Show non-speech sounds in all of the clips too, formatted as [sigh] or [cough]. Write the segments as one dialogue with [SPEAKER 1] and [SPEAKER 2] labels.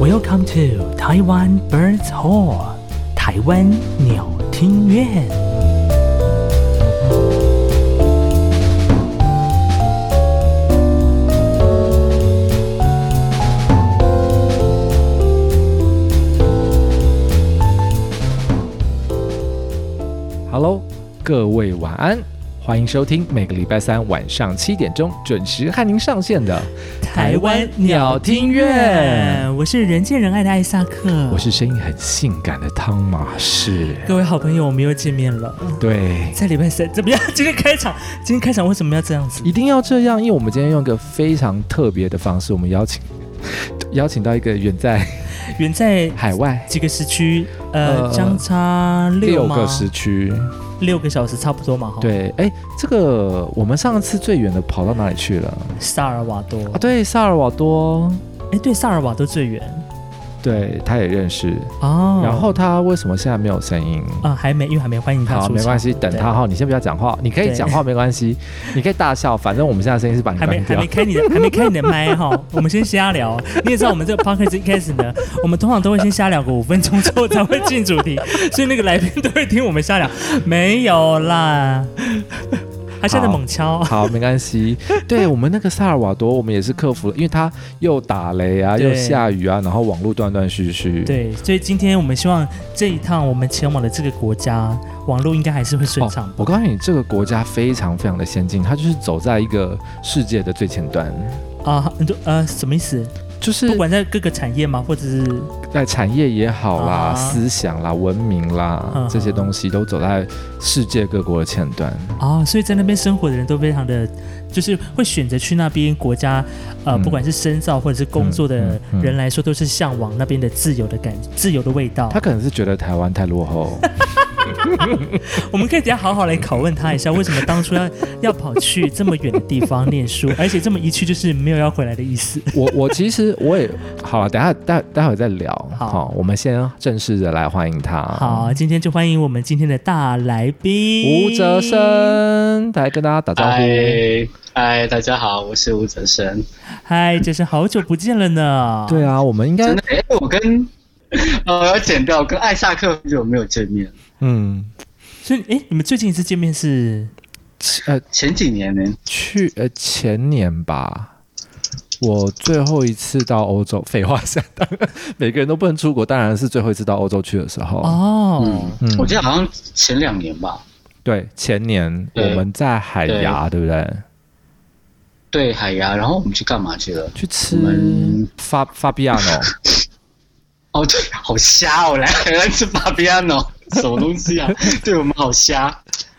[SPEAKER 1] Welcome to Taiwan Birds Hall，台湾鸟听院。
[SPEAKER 2] Hello，各位晚安，欢迎收听每个礼拜三晚上七点钟准时和您上线的。
[SPEAKER 1] 嗯
[SPEAKER 2] 台湾鸟听院，
[SPEAKER 1] 我是人见人爱的艾萨克，
[SPEAKER 2] 我是声音很性感的汤马士。
[SPEAKER 1] 各位好朋友，我们又见面了。
[SPEAKER 2] 对，
[SPEAKER 1] 在礼拜三怎么样？ [laughs] 今天开场，今天开场为什么要这样子？
[SPEAKER 2] 一定要这样，因为我们今天用一个非常特别的方式，我们邀请 [laughs] 邀请到一个远在
[SPEAKER 1] 远在
[SPEAKER 2] 海外
[SPEAKER 1] 几个时区，呃，
[SPEAKER 2] 呃
[SPEAKER 1] 相差六
[SPEAKER 2] 六
[SPEAKER 1] 吗哦
[SPEAKER 2] 个时区。
[SPEAKER 1] 六个小时差不多嘛，哈。，
[SPEAKER 2] 对，哎，这个我们上次最远的跑到哪里去了？
[SPEAKER 1] 萨尔瓦多，
[SPEAKER 2] 啊，对，萨尔瓦多，
[SPEAKER 1] 哎，对，萨尔瓦多最远
[SPEAKER 2] 对，他也认识。
[SPEAKER 1] 哦。
[SPEAKER 2] 然后他为什么现在没有声音？
[SPEAKER 1] 啊，还没，因为还没欢迎他出
[SPEAKER 2] 好，
[SPEAKER 1] 场，
[SPEAKER 2] 没关系，等
[SPEAKER 1] 对
[SPEAKER 2] 他哈，你先不要讲话，你可以
[SPEAKER 1] 对
[SPEAKER 2] 讲话没关系，你可以大笑，反正我们现在声音是把你
[SPEAKER 1] 还没
[SPEAKER 2] 关
[SPEAKER 1] 还
[SPEAKER 2] 嗯掉
[SPEAKER 1] 没。开你的
[SPEAKER 2] [laughs]
[SPEAKER 1] 还没开你的麦哈，我们先瞎聊。你也知道我们这个 podcast 一开始呢，我们通常都会先瞎聊个五分钟之后才会进主
[SPEAKER 2] [laughs]
[SPEAKER 1] 题，所以那个来宾都会听我们瞎聊。没有啦，他现在
[SPEAKER 2] 好
[SPEAKER 1] 猛敲，
[SPEAKER 2] 好，没关系。对我们那个萨尔瓦多，我们也是克服了，因为他又打雷啊，
[SPEAKER 1] 对
[SPEAKER 2] 又下雨啊，然后网络断断续续。，
[SPEAKER 1] 对，所以今天我们希望这一趟我们前往的这个国家，网络应该还是会顺畅
[SPEAKER 2] 哦。我告诉你，这个国家非常非常的先进，它就是走在一个世界的最前端，
[SPEAKER 1] 啊。很多呃，什么意思？
[SPEAKER 2] 就是
[SPEAKER 1] 不管在各个产业嘛，或者是
[SPEAKER 2] 在产业也好啦、
[SPEAKER 1] 啊
[SPEAKER 2] 思想啦、文明啦、
[SPEAKER 1] 嗯
[SPEAKER 2] 这些东西都走在世界各国的前端。
[SPEAKER 1] 哦，所以在那边生活的人都非常的，就是会选择去那边国家，呃，
[SPEAKER 2] 嗯
[SPEAKER 1] 不管是深造或者是工作的
[SPEAKER 2] 嗯嗯嗯
[SPEAKER 1] 人来说，都是向往那边的自由的感，自由的味道
[SPEAKER 2] 他。可能是觉得台湾太落后。
[SPEAKER 1] 我们可以等一下好好来拷问他一下，为什么当初要要跑去这么远的地方念
[SPEAKER 2] [laughs]
[SPEAKER 1] 书，而且这么一去就是没有要回来的意思。
[SPEAKER 2] 我我其实我也好了，等一下待待会儿再聊。
[SPEAKER 1] 好
[SPEAKER 2] 我们先正式的来欢迎他。，
[SPEAKER 1] 好，今天就欢迎我们今天的大来宾
[SPEAKER 2] 吴哲。生来跟大家打招呼。
[SPEAKER 3] 嗨嗨，大家好，我是吴泽生。
[SPEAKER 1] 嗨，哲生，好久不见了呢。
[SPEAKER 2] 对啊，我们应该
[SPEAKER 3] 真的，哎、我跟 [laughs] 呃，我要剪掉，我跟艾萨克很久没有见面，
[SPEAKER 2] 嗯
[SPEAKER 1] 所以哎，你们最近一次见面是
[SPEAKER 2] 去呃
[SPEAKER 3] 前几年呢，
[SPEAKER 2] 去呃前年吧。我最后一次到欧洲，废话， [laughs] 想当然每个人都不能出国，当然是最后一次到欧洲去的时候。
[SPEAKER 1] 哦，
[SPEAKER 3] 嗯，
[SPEAKER 2] 嗯
[SPEAKER 3] 我记得好像前两年吧，
[SPEAKER 2] 对，前年我
[SPEAKER 3] 对
[SPEAKER 2] 们在海牙，对不对？
[SPEAKER 3] 对海牙，然后我们去干嘛去了？
[SPEAKER 2] 去
[SPEAKER 3] 我
[SPEAKER 2] 吃
[SPEAKER 3] 们
[SPEAKER 2] 发发比亚诺，
[SPEAKER 3] 哦，对，好瞎哦，来海南吃巴比亚诺，什么东西啊？对我们好瞎，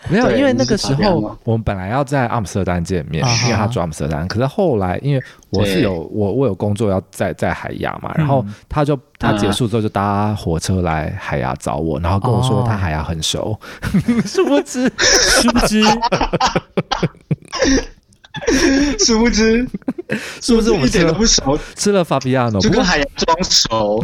[SPEAKER 2] 没有，
[SPEAKER 3] 对
[SPEAKER 2] 因为
[SPEAKER 3] 你
[SPEAKER 2] 那
[SPEAKER 3] 是
[SPEAKER 2] 个
[SPEAKER 3] 法
[SPEAKER 2] 时
[SPEAKER 3] 比亚
[SPEAKER 2] 候
[SPEAKER 3] 吗
[SPEAKER 2] 我们本来要在阿姆斯特丹见面
[SPEAKER 1] 啊哈，
[SPEAKER 2] 因为他住阿姆斯特丹。可是后来，因为我是
[SPEAKER 3] 对
[SPEAKER 2] 有我我有工作要在在海牙嘛，然后他就他
[SPEAKER 3] 嗯
[SPEAKER 2] 结束之后就搭火车来海牙找我，然后跟我说
[SPEAKER 1] 哦
[SPEAKER 2] 他海牙很熟， [laughs] 殊不知
[SPEAKER 1] [laughs] 殊不知
[SPEAKER 3] 殊不知，
[SPEAKER 2] 殊不知我们
[SPEAKER 3] 一
[SPEAKER 2] 吃
[SPEAKER 3] 点都
[SPEAKER 2] 了
[SPEAKER 3] 不熟，
[SPEAKER 2] 吃了法比亚诺，
[SPEAKER 3] 就
[SPEAKER 2] 不
[SPEAKER 3] 跟
[SPEAKER 2] 过
[SPEAKER 3] 海牙装熟。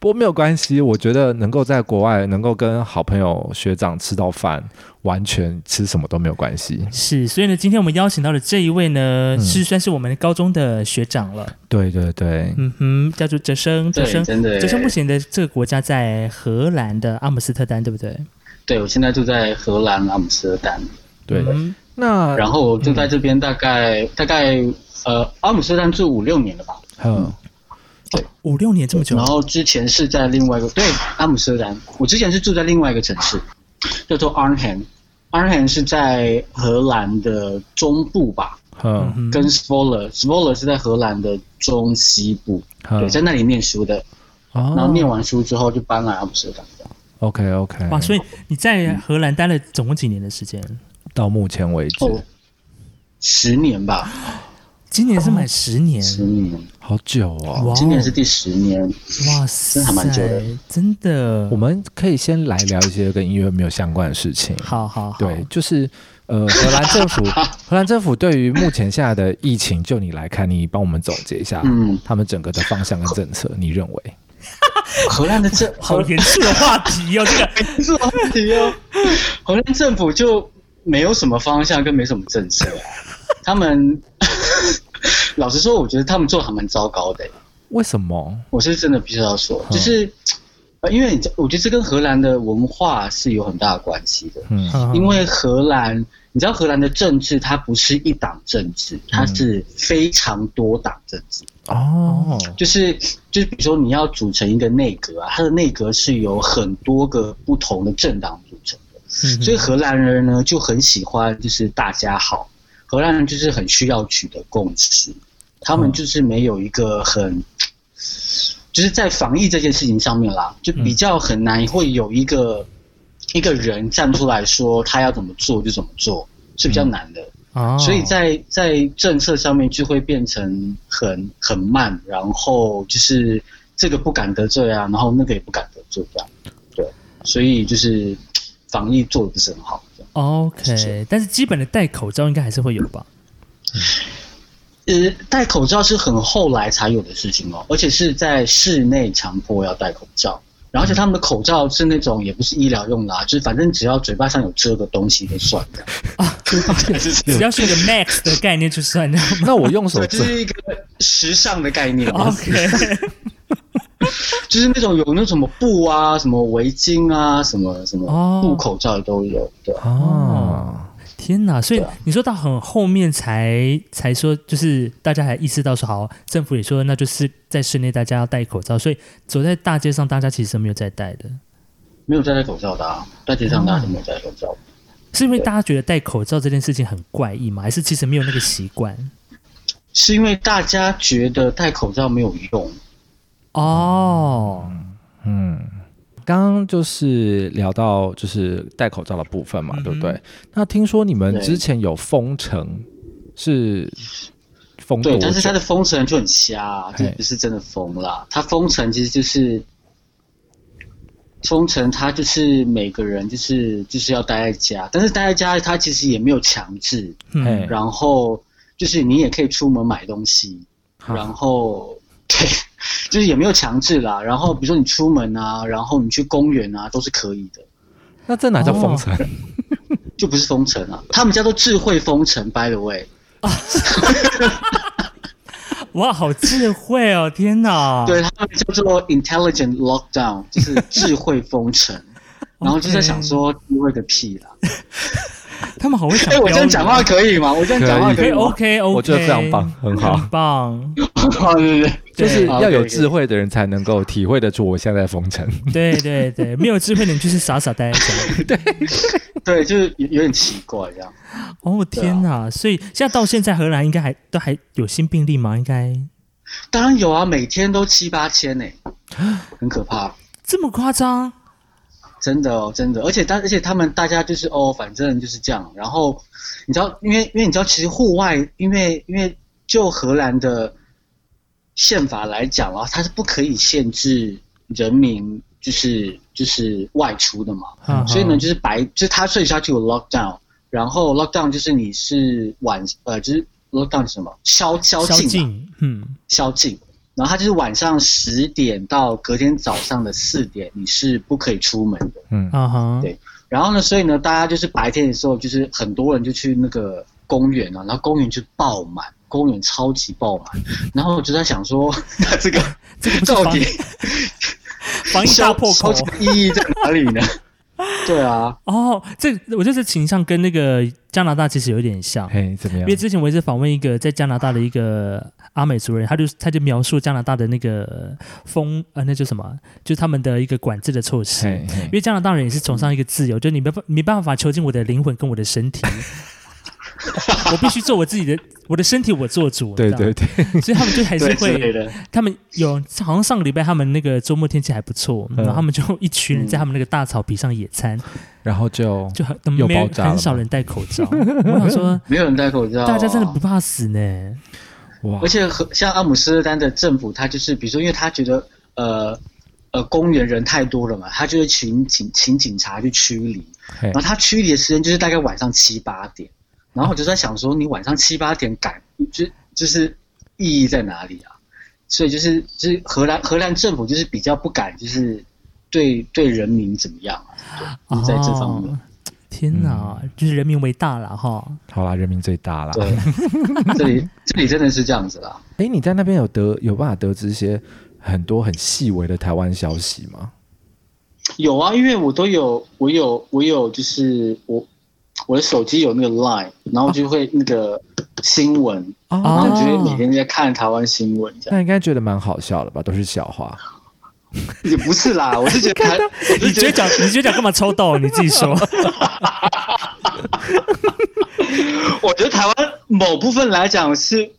[SPEAKER 2] 不过没有关系，我觉得能够在国外能够跟好朋友学长吃到饭，完全吃什么都没有关系。
[SPEAKER 1] 是，所以呢，今天我们邀请到的这一位呢，
[SPEAKER 2] 嗯
[SPEAKER 1] 是算是我们高中的学长了。
[SPEAKER 2] 对对对，
[SPEAKER 1] 嗯哼，叫做哲生，哲
[SPEAKER 3] 对
[SPEAKER 1] 生，
[SPEAKER 3] 真的
[SPEAKER 1] 哲生目前的这个国家在荷兰的阿姆斯特丹，对不对？
[SPEAKER 3] 对，我现在住在荷兰阿姆斯特丹。
[SPEAKER 2] 对，
[SPEAKER 1] 嗯
[SPEAKER 2] 那
[SPEAKER 3] 然后我就
[SPEAKER 2] 嗯
[SPEAKER 3] 在这边大概、大概呃阿姆斯特丹住五六年了吧，
[SPEAKER 2] 嗯
[SPEAKER 1] 五六年这么久
[SPEAKER 3] 然，后之前是在另外一个对阿姆斯特丹，我之前是住在另外一个城市，叫做 Arnhem。Arnhem 是在荷兰的中部吧，
[SPEAKER 2] 嗯
[SPEAKER 1] 嗯哼
[SPEAKER 3] 跟 s v o l e r s v o l e r 是在荷兰的中西部，对，
[SPEAKER 2] 嗯，
[SPEAKER 3] 在那里念书的，然后
[SPEAKER 2] 哦
[SPEAKER 3] 念完书之后就搬来阿姆斯特丹。
[SPEAKER 2] ，OK OK，
[SPEAKER 3] 嗯
[SPEAKER 1] 哇，所以你在荷兰待了总共几年的时间？
[SPEAKER 2] 到目前为止，
[SPEAKER 3] 哦，十年吧，
[SPEAKER 1] 今年是满十年，
[SPEAKER 3] 十年，
[SPEAKER 2] 好久哦。
[SPEAKER 1] 哇哦，
[SPEAKER 3] 今年是第十年，
[SPEAKER 1] 哇塞，
[SPEAKER 3] 真的还蛮久的，
[SPEAKER 1] 真的
[SPEAKER 2] 我。们可以先来聊一些跟音乐没有相关的事情。
[SPEAKER 1] 好好好，
[SPEAKER 2] 对，就是呃，荷兰政府，荷兰政府对于目前现在的疫情，就你来看，你帮我们总结一下，
[SPEAKER 3] 嗯
[SPEAKER 2] 他们整个的方向跟政策，你认为？
[SPEAKER 3] 荷兰的这荷
[SPEAKER 1] 好严肃的话题哦，这 [laughs] 个
[SPEAKER 3] 是问题哦。荷兰政府就没有什么方向，跟没什么政 [laughs] 策、啊。他们老实说，我觉得他们做的还蛮糟糕的、
[SPEAKER 2] 为什么？
[SPEAKER 3] 我是真的必须要说，
[SPEAKER 2] 嗯
[SPEAKER 3] 就是、呃因为你这我觉得这跟荷兰的文化是有很大的关系的。
[SPEAKER 2] 嗯
[SPEAKER 3] 因为荷兰，你知道荷兰的政治它不是一党政
[SPEAKER 2] 嗯
[SPEAKER 3] 治，它是非常多党政治。
[SPEAKER 2] 哦，
[SPEAKER 3] 就是就是，比如说你要组成一个内阁啊，它的内阁是由很多个不同的政党组成的。
[SPEAKER 1] 嗯
[SPEAKER 3] 所以荷兰人呢就很喜欢就是大家好，荷兰人就是很需要取得共识，他们就是没有一个很，就是在防疫这件事情上面啦，就比较很难会有一个一个人站出来说他要怎么做就怎么做是比较难的，
[SPEAKER 1] 哦，
[SPEAKER 3] 所以在在政策上面就会变成很很慢，然后就是这个不敢得罪啊，然后那个也不敢得罪这样，对，所以就是防疫做的不是很好。这
[SPEAKER 1] 嗯
[SPEAKER 3] 样
[SPEAKER 1] 哦 OK，但是基本的戴口罩应该还是会有吧？
[SPEAKER 3] 呃，戴口罩是很后来才有的事情哦，而且是在室内强迫要戴口罩，然后而且他们的口罩是那种也不是医疗用啦、就是反正只要嘴巴上有遮个东西就算的
[SPEAKER 1] 啊，只要是有个 max 的概念就算了。
[SPEAKER 2] 那我用手
[SPEAKER 3] [laughs] 对，这
[SPEAKER 2] 遮，
[SPEAKER 3] 是一个时尚的概念。
[SPEAKER 1] 哦
[SPEAKER 3] [laughs]
[SPEAKER 1] OK，
[SPEAKER 3] 就是那种有那种什么布啊、什么围巾啊、什么什
[SPEAKER 1] 哦
[SPEAKER 3] 么布口罩都有，对。
[SPEAKER 2] 哦，
[SPEAKER 1] 天哪！所以你说到很后面才才说，就是大家还意识到说，好，政府也说，那就是在室内大家要戴口罩，所以走在大街上，大家其实没有在戴的，
[SPEAKER 3] 没有戴戴口罩的、啊，大街上大家都没有戴口罩。
[SPEAKER 1] 是因为大家觉得戴口罩这件事情很怪异吗？还是其实没有那个习惯？
[SPEAKER 3] 是因为大家觉得戴口罩没有用，
[SPEAKER 1] 哦，
[SPEAKER 2] 嗯，刚刚就是聊到就是戴口罩的部分嘛，
[SPEAKER 1] 嗯哼
[SPEAKER 2] 对不对？那听说你们
[SPEAKER 3] 对
[SPEAKER 2] 之前有封城，是封多
[SPEAKER 3] 对，
[SPEAKER 2] 久
[SPEAKER 3] 但是它的封城就很瞎、啊，
[SPEAKER 2] 嘿
[SPEAKER 3] 这不是真的封啦。它封城其实就是封城，它就是每个人就是就是要待在家，但是待在家它其实也没有强制，
[SPEAKER 2] 嘿
[SPEAKER 1] 嗯，
[SPEAKER 3] 然后就是你也可以出门买东西，
[SPEAKER 2] 哈
[SPEAKER 3] 然后对， [laughs] 就是也没有强制啦。然后比如说你出门啊，然后你去公园啊，都是可以的，
[SPEAKER 2] 那这哪叫封城？
[SPEAKER 3] 就不是封城啊。他们叫做智慧封城，by the way。
[SPEAKER 1] 哇，好智慧哦！天
[SPEAKER 2] 啊
[SPEAKER 1] 哪，
[SPEAKER 3] [laughs] 对，他们叫做 intelligent lockdown，就是智慧
[SPEAKER 2] [laughs]
[SPEAKER 3] 封城。然后就在想说，智慧个屁啦！
[SPEAKER 1] 他们好会想
[SPEAKER 3] 哎，
[SPEAKER 1] 标语。
[SPEAKER 3] 我这样讲话可以吗？我这样讲话
[SPEAKER 2] 可
[SPEAKER 1] 可以
[SPEAKER 3] 以吗？哦
[SPEAKER 1] OK 哦
[SPEAKER 2] [laughs]
[SPEAKER 1] OK，
[SPEAKER 2] 我觉得非常棒很好
[SPEAKER 1] 很棒。
[SPEAKER 3] [laughs] 对对
[SPEAKER 2] 就
[SPEAKER 1] 对
[SPEAKER 2] 是
[SPEAKER 3] 好
[SPEAKER 2] 要有
[SPEAKER 3] 可以
[SPEAKER 2] 智慧的人才能够体会得出我现在的
[SPEAKER 1] [laughs]
[SPEAKER 2] 封城。
[SPEAKER 1] 对对对，没有智慧的人就是傻傻呆呆的。
[SPEAKER 3] 对对，就是有有点奇怪这样。
[SPEAKER 1] 哦
[SPEAKER 3] 啊
[SPEAKER 1] 天哪！所以现在到现在，荷兰应该还都还有新病例吗？应该
[SPEAKER 3] 当然有啊，每天都七八千呢、很可怕。
[SPEAKER 1] 这么夸张？
[SPEAKER 3] 真的哦，真的，而且他而且他们大家就是哦，反正就是这样。然后你知道，因为因为你知道，其实户外，因为因为就荷兰的宪法来讲啊，它是不可以限制人民就是就是外出的嘛。
[SPEAKER 1] 嗯
[SPEAKER 3] 所以呢，，就是白，就是他所以他就有 lockdown，然后 lockdown 就是你是晚呃，就是 lockdown 是什么宵宵
[SPEAKER 1] 宵
[SPEAKER 3] 禁啊嘛
[SPEAKER 1] 禁，嗯，
[SPEAKER 3] 宵禁，然后他就是晚上十点到隔天早上的四点，你是不可以出门的。
[SPEAKER 2] 嗯，
[SPEAKER 1] 啊哈，
[SPEAKER 3] 对然后呢，所以呢，大家就是白天的时候，就是很多人就去那个公园啊，然后公园就爆满，公园超级爆满。然后我就在想说，那 [laughs] 这个
[SPEAKER 1] 这个不是
[SPEAKER 3] 到
[SPEAKER 1] 防
[SPEAKER 3] 底 [laughs]
[SPEAKER 1] 防疫大破口
[SPEAKER 3] 宵宵禁的意义在哪里呢？ [laughs] 对啊，
[SPEAKER 1] 哦。这我觉得这倾向跟那个加拿大其实有一点像。
[SPEAKER 2] 嘿，怎么
[SPEAKER 3] 啊
[SPEAKER 1] 因
[SPEAKER 2] 样
[SPEAKER 1] 为？之前我一直访问一个在加拿大的一个阿美族人，他就他就描述加拿大的那个风呃，那叫什么？就是他们的一个管制的措施。
[SPEAKER 2] 嘿，嘿
[SPEAKER 1] 因为加拿大人也是崇尚一个自由，就是你没办没办法囚禁我的灵魂跟我的身
[SPEAKER 3] [laughs]
[SPEAKER 1] 体，我必须做我自己的，我的身体我做主。
[SPEAKER 2] 对
[SPEAKER 1] 你知道
[SPEAKER 2] 对
[SPEAKER 1] 吗，
[SPEAKER 2] 对， [laughs]
[SPEAKER 1] 所以他们就还是
[SPEAKER 3] 对之类
[SPEAKER 1] 会，
[SPEAKER 3] 的，
[SPEAKER 1] 他们有好像上个礼拜他们那个周末天气还不错，
[SPEAKER 2] 嗯
[SPEAKER 1] 然后他们就一群人在他们那个大草皮上野餐，
[SPEAKER 2] 然后就
[SPEAKER 1] 就很没有
[SPEAKER 2] 又爆炸了吗
[SPEAKER 1] 很少人戴口罩。我想说，
[SPEAKER 3] 没有人戴口罩、
[SPEAKER 1] 大家真的不。怕死呢。
[SPEAKER 2] 哇
[SPEAKER 3] 而，且和像阿姆斯特丹的政府，他就是比如说，因为他觉得呃呃公园人太多了嘛，他就会请警请警察去驱离。
[SPEAKER 2] 嘿
[SPEAKER 3] 然后他驱离的时间就是大概晚上七八点，然后我就在想说，你晚上七八点赶，就就是意义在哪里啊？所以就是就是荷兰荷兰政府就是比较不敢就是对对人民怎么样啊？对，在这方面，
[SPEAKER 1] 哦天哪，就是人民为大了
[SPEAKER 2] [laughs]
[SPEAKER 1] 哈。
[SPEAKER 2] 好啦，人民最大啦。
[SPEAKER 3] 对，这里这里真的是这样子啦。
[SPEAKER 2] 哎，你在那边有得有办法得知一些很多很细微的台湾消息吗？
[SPEAKER 3] 有啊，因为我都有，我有，我有，就是我我的手机有那个 Line，然后就会那个新闻，然
[SPEAKER 1] 哦
[SPEAKER 3] 后就会每天在看台湾新闻这样。
[SPEAKER 2] 那应该觉得蛮好笑的吧？都是笑话。
[SPEAKER 3] 也不是啦，我是觉得台，我
[SPEAKER 1] 你嘴
[SPEAKER 3] 是觉得
[SPEAKER 1] 角，你嘴角干嘛抽动？你自己说。
[SPEAKER 3] 我觉得台湾某部分来讲是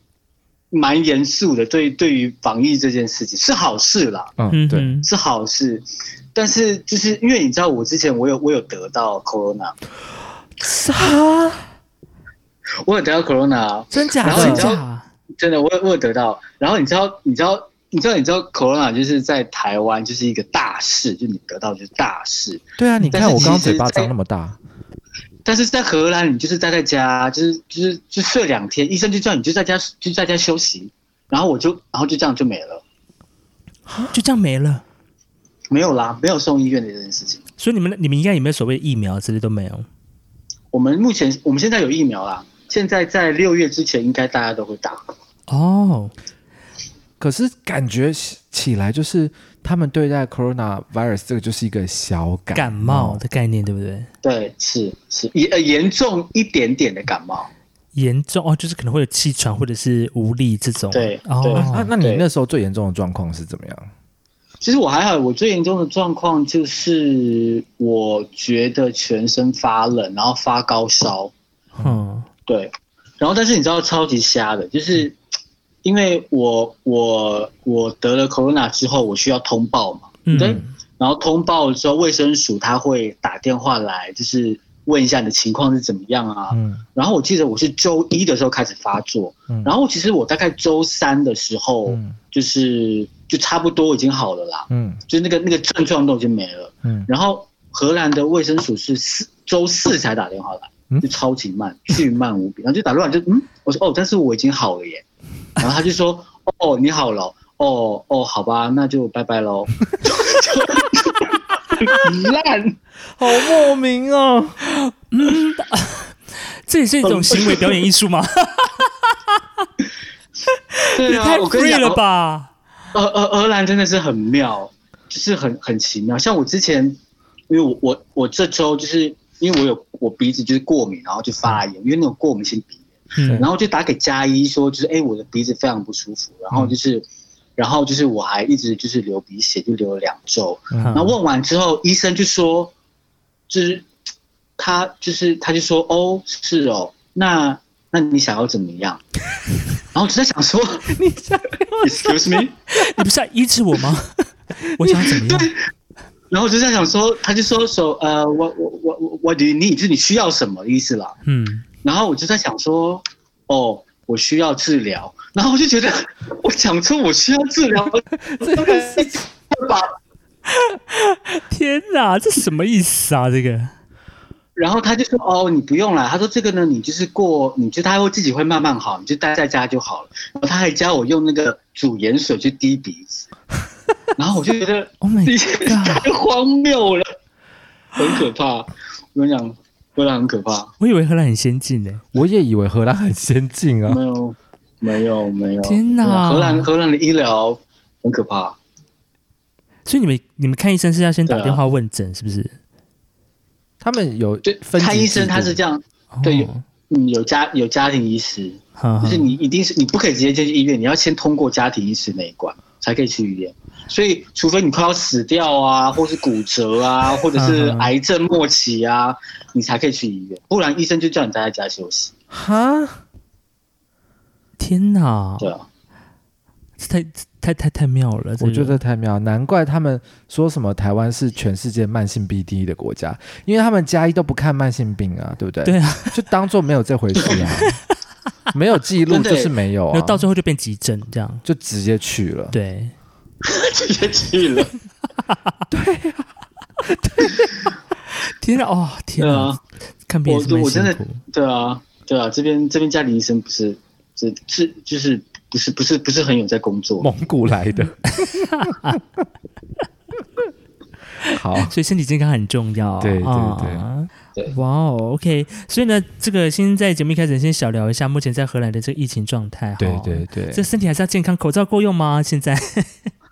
[SPEAKER 3] 蛮严肃的，对对于防疫这件事情是好事啦，
[SPEAKER 2] 嗯，
[SPEAKER 1] 嗯
[SPEAKER 2] 对，
[SPEAKER 1] 哼， [laughs]
[SPEAKER 3] 是好事。但是就是因为你知道，我之前我有我有得到 corona，
[SPEAKER 1] 啥？
[SPEAKER 3] 我有得到 corona，
[SPEAKER 1] 真假？
[SPEAKER 3] 然后
[SPEAKER 1] 真
[SPEAKER 3] 你知道
[SPEAKER 1] 假？
[SPEAKER 3] 真的我有我有得到。然后你知道你知道你知道你知道 corona 就是在台湾就是一个大事，就你得到就是大事。
[SPEAKER 2] 对啊，你看
[SPEAKER 3] 但是
[SPEAKER 2] 我
[SPEAKER 3] 其
[SPEAKER 2] 刚刚
[SPEAKER 3] 实
[SPEAKER 2] 嘴巴
[SPEAKER 3] 在
[SPEAKER 2] 张那么大，
[SPEAKER 3] 但是在荷兰，你就是待在家，就是就是就睡两天，医生就叫你就在家就在家休息，然后我就然后就这样就没了，
[SPEAKER 1] 就这样没了。
[SPEAKER 3] 没有啦，没有送医院的这件事情。
[SPEAKER 1] 所以你们你们应该也没有所谓的疫苗之类都没有。
[SPEAKER 3] 我们目前我们现在有疫苗啦，现在在六月之前应该大家都会打。
[SPEAKER 1] 哦，
[SPEAKER 2] 可是感觉起起来就是他们对待 corona virus 这个就是一个小感
[SPEAKER 1] 感冒的概念对不对？
[SPEAKER 3] 对，是是严呃严重一点点的感冒，
[SPEAKER 1] 严重哦，就是可能会有气喘或者是无力这种。
[SPEAKER 3] 对对
[SPEAKER 2] 啊那
[SPEAKER 1] 哦，
[SPEAKER 2] 那你
[SPEAKER 3] 对
[SPEAKER 2] 那时候最严重的状况是怎么样？
[SPEAKER 3] 其实我还好，我最严重的状况就是我觉得全身发冷，然后发高烧，
[SPEAKER 1] 嗯，
[SPEAKER 3] 对，然后但是你知道超级瞎的，就是因为我我我得了 corona 之后，我需要通报嘛，
[SPEAKER 1] 嗯
[SPEAKER 3] 对，然后通报之后，卫生署他会打电话来，就是问一下你的情况是怎么样啊，
[SPEAKER 2] 嗯
[SPEAKER 3] 然后我记得我是周一的时候开始发作，
[SPEAKER 2] 嗯
[SPEAKER 3] 然后其实我大概周三的时候，
[SPEAKER 2] 嗯
[SPEAKER 3] 就是就差不多已经好了啦，
[SPEAKER 2] 嗯
[SPEAKER 3] 就是那个那个症状都已经没了。
[SPEAKER 2] 嗯，
[SPEAKER 3] 然后荷兰的卫生署是四周四才打电话
[SPEAKER 2] 嗯
[SPEAKER 3] 来，就超级慢，巨慢无比。然后就打乱，就嗯，我说哦，但是我已经好了耶。然后他就说哦，你好了，哦哦，好吧，那就拜拜喽。很 [laughs] 烂，
[SPEAKER 2] 好莫名哦。
[SPEAKER 1] 这也是一种行为表演艺术吗？
[SPEAKER 3] 对
[SPEAKER 1] 也
[SPEAKER 3] 啊，
[SPEAKER 1] 嗯太
[SPEAKER 3] [laughs] 我跟你
[SPEAKER 1] free
[SPEAKER 3] 讲，
[SPEAKER 1] 了吧！
[SPEAKER 3] 呃呃，荷兰真的是很妙，就是很很奇妙。像我之前，因为我我我这周就是因为我有我鼻子就是过敏，然后就发炎，因为那种过敏性鼻炎，
[SPEAKER 1] 嗯
[SPEAKER 3] 然后就打给加医说，就是哎、我的鼻子非常不舒服，然后就是。然后就是我还一直就是流鼻血，就流了两周。然后
[SPEAKER 1] 嗯
[SPEAKER 3] 问完之后，医生就说，就是他就是他就说哦是哦，那那你想要怎么样？然后我就在想说，excuse me，
[SPEAKER 1] 你不是要医治我吗？ [laughs] 我想怎么样？
[SPEAKER 3] 然后我就在想说，他就说说呃，我我我我我 do you need，就是你需要什么的意思啦。
[SPEAKER 1] 嗯，
[SPEAKER 3] 然后我就在想说，哦，我需要治疗。然后我就觉得， [laughs] 我讲出我需要
[SPEAKER 1] [laughs]
[SPEAKER 3] 治疗这个事情吧。
[SPEAKER 1] 天哪，这什么意思啊？这个
[SPEAKER 3] 然后他就说，哦，你不用啦。他说这个呢，你就是过，你就他会自己会慢慢好，你就待在家就好了。然后他还教我用那个煮盐水去滴鼻
[SPEAKER 1] [laughs]
[SPEAKER 3] 子。然后我就觉得，
[SPEAKER 1] ，Oh my
[SPEAKER 3] 你
[SPEAKER 1] god！
[SPEAKER 3] 太荒谬了，很可怕。我跟你讲，我跟你讲很可怕。
[SPEAKER 1] [laughs] 我以为荷兰很先进呢。
[SPEAKER 2] 我也以为荷兰很先进啊
[SPEAKER 3] 没，有，没有，没有。
[SPEAKER 1] 天哪
[SPEAKER 3] 荷兰荷兰的医疗很可怕。
[SPEAKER 1] 所以你们你们看医生是要先打
[SPEAKER 3] 对啊
[SPEAKER 1] 电话问诊，是不是？
[SPEAKER 2] 他们有
[SPEAKER 3] 对，
[SPEAKER 2] 分级
[SPEAKER 3] 看医
[SPEAKER 2] 制
[SPEAKER 3] 生
[SPEAKER 2] 度
[SPEAKER 3] 他是这样，对
[SPEAKER 1] 哦，啊
[SPEAKER 3] 嗯，有家有家庭医师，
[SPEAKER 1] 哈
[SPEAKER 3] 就
[SPEAKER 1] 哈
[SPEAKER 3] 是你一定是你不可以直接进去医院，你要先通过家庭医师那一关才可以去医院。所以，除非你快要死掉啊，或是骨
[SPEAKER 1] [laughs]
[SPEAKER 3] 折啊，或者是
[SPEAKER 1] 嗯嗯
[SPEAKER 3] 癌症末期啊，你才可以去医院，不然医生就叫你待在家休息。
[SPEAKER 2] 哈，
[SPEAKER 1] 天哪，
[SPEAKER 3] 对啊， [laughs]
[SPEAKER 1] 这太太太太妙了！这
[SPEAKER 2] 我
[SPEAKER 1] 个
[SPEAKER 2] 觉得太妙了，难怪他们说什么台湾是全世界慢性病第一的国家，因为他们加一都不看慢性病啊，对不对？
[SPEAKER 1] 对啊，
[SPEAKER 2] [laughs] 就当做没有这回
[SPEAKER 1] [laughs]
[SPEAKER 2] 事啊，没有记录
[SPEAKER 3] 真的
[SPEAKER 2] 就
[SPEAKER 3] 耶
[SPEAKER 2] 是没有
[SPEAKER 1] 然
[SPEAKER 2] 啊
[SPEAKER 1] 后，到最后就变急诊这样。
[SPEAKER 2] 就直接去了。
[SPEAKER 1] 对，
[SPEAKER 3] 直接去了。
[SPEAKER 1] 天哪，哦，天
[SPEAKER 3] 对
[SPEAKER 1] 哪，
[SPEAKER 3] 啊，
[SPEAKER 1] 看病
[SPEAKER 3] 我
[SPEAKER 1] 也是蛮
[SPEAKER 3] 我
[SPEAKER 1] 辛
[SPEAKER 3] 真的
[SPEAKER 1] 苦。
[SPEAKER 3] 对啊，对啊，这边这边家里医生不是，这是就是不是不是不是很有在工作，
[SPEAKER 2] 蒙古来
[SPEAKER 1] [laughs]
[SPEAKER 2] 的。 [laughs] 好，
[SPEAKER 1] [laughs] 所以身体健康很重要。
[SPEAKER 2] 对对
[SPEAKER 1] 啊
[SPEAKER 2] 对
[SPEAKER 3] 对，
[SPEAKER 1] 哇哦，OK，所以呢，这个先在节目一开始先小聊一下目前在荷兰的这个疫情状态。
[SPEAKER 2] 对
[SPEAKER 1] 哈
[SPEAKER 2] 对对
[SPEAKER 1] 这身体还是要健康，口罩够用吗？现在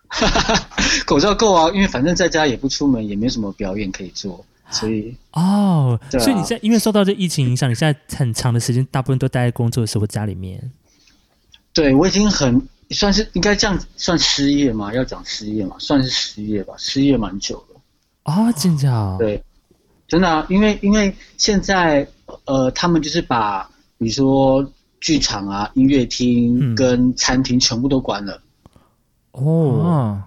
[SPEAKER 3] [laughs] 口罩够啊，因为反正在家也不出门，也没什么表演可以做，所以
[SPEAKER 1] 哦，
[SPEAKER 3] 对啊
[SPEAKER 1] 所以你现在因为受到这疫情影响，你现在很长的时间大部分都待在工作室或家里面。
[SPEAKER 3] 对我已经很算是应该这样算失业吗？要讲失业嘛，算是失业吧，失业蛮久了。
[SPEAKER 1] 哦，真的、哦？
[SPEAKER 3] 对，真的、啊，因为因为现在呃，他们就是把比如说剧场啊、音乐
[SPEAKER 1] 嗯
[SPEAKER 3] 厅跟餐厅全部都关了。
[SPEAKER 1] 哦，
[SPEAKER 2] 哦，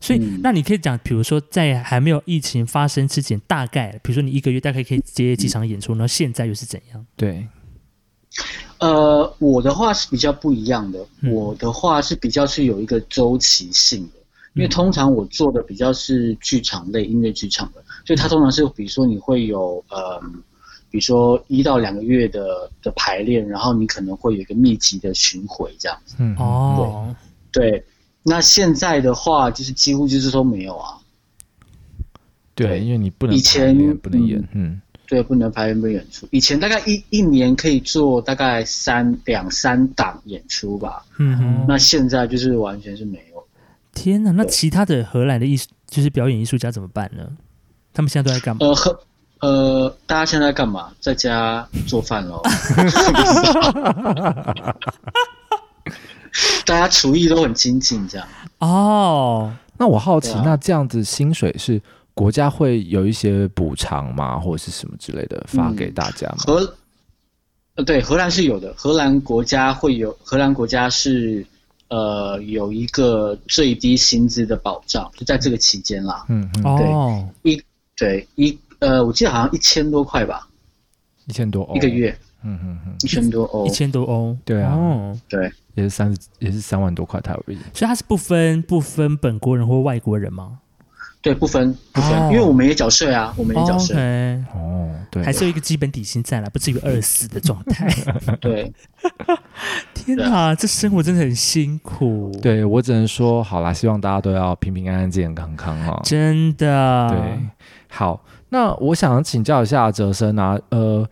[SPEAKER 1] 所以、
[SPEAKER 3] 嗯
[SPEAKER 1] 那你可以讲，比如说在还没有疫情发生之前，大概比如说你一个月大概可以接几场演出，然后现在又是怎样？
[SPEAKER 2] 对，
[SPEAKER 3] 呃，我的话是比较不一样的，
[SPEAKER 1] 嗯
[SPEAKER 3] 我的话是比较是有一个周期性的，因为
[SPEAKER 1] 嗯
[SPEAKER 3] 通常我做的比较是剧场类、音乐剧场的，所以它通常是比如说你会有呃，比如说一到两个月的的排练，然后你可能会有一个密集的巡回这样子。
[SPEAKER 2] 嗯，
[SPEAKER 1] 哦，
[SPEAKER 3] 对，那现在的话就是几乎就是说没有啊，
[SPEAKER 2] 对，
[SPEAKER 3] 对
[SPEAKER 2] 因为你不能
[SPEAKER 3] 以
[SPEAKER 2] 排练
[SPEAKER 3] 前
[SPEAKER 2] 不能演，嗯，
[SPEAKER 3] 对，不能排练不能演出。以前大概一一年可以做大概三两三档演出吧，
[SPEAKER 1] 嗯哼，
[SPEAKER 3] 那现在就是完全是没有。
[SPEAKER 1] 天哪！那其他的荷兰的艺术就是表演艺术家怎么办呢？他们现在都在干嘛？
[SPEAKER 3] 呃，和呃，大家现在干嘛？在家做饭喽。大家厨艺都很精进，这样。
[SPEAKER 2] 呃
[SPEAKER 1] 哦，
[SPEAKER 2] 那我好奇，
[SPEAKER 3] 对啊
[SPEAKER 2] 那这样子薪水是国家会有一些补偿吗，或者是什么之类的发给
[SPEAKER 3] 嗯
[SPEAKER 2] 大家吗？
[SPEAKER 3] 荷，呃，对，荷兰是有的。荷兰国家会有，荷兰国家是呃有一个最低薪资的保障，就在这个期间啦。
[SPEAKER 2] 嗯嗯，
[SPEAKER 1] 哦，
[SPEAKER 3] 一对一呃，我记得好像一千多块吧，
[SPEAKER 2] 一千多欧
[SPEAKER 3] 一个，月
[SPEAKER 2] 嗯嗯嗯，
[SPEAKER 3] 一千多欧
[SPEAKER 1] 哦一。千多欧，
[SPEAKER 2] 对啊
[SPEAKER 1] 哦，
[SPEAKER 3] 对，
[SPEAKER 2] 也是三十，也是三万多块台币。
[SPEAKER 1] 所以他是不分不分本国人或外国人吗？
[SPEAKER 3] 对，不分不分，
[SPEAKER 1] 哦
[SPEAKER 3] 因为我们也缴税啊，我们也缴税。
[SPEAKER 1] OK，
[SPEAKER 2] 哦，对，
[SPEAKER 1] 还是有一个基本底薪在啦，不至于饿死的状
[SPEAKER 2] [laughs]
[SPEAKER 1] 态。
[SPEAKER 3] 对，
[SPEAKER 1] 天哪，这生活真的很辛苦。，
[SPEAKER 2] 啊对我只能说，好啦，希望大家都要平平安安、健健康康哦。
[SPEAKER 1] 真的。
[SPEAKER 2] 对，好，那我想请教一下哲生啊，呃，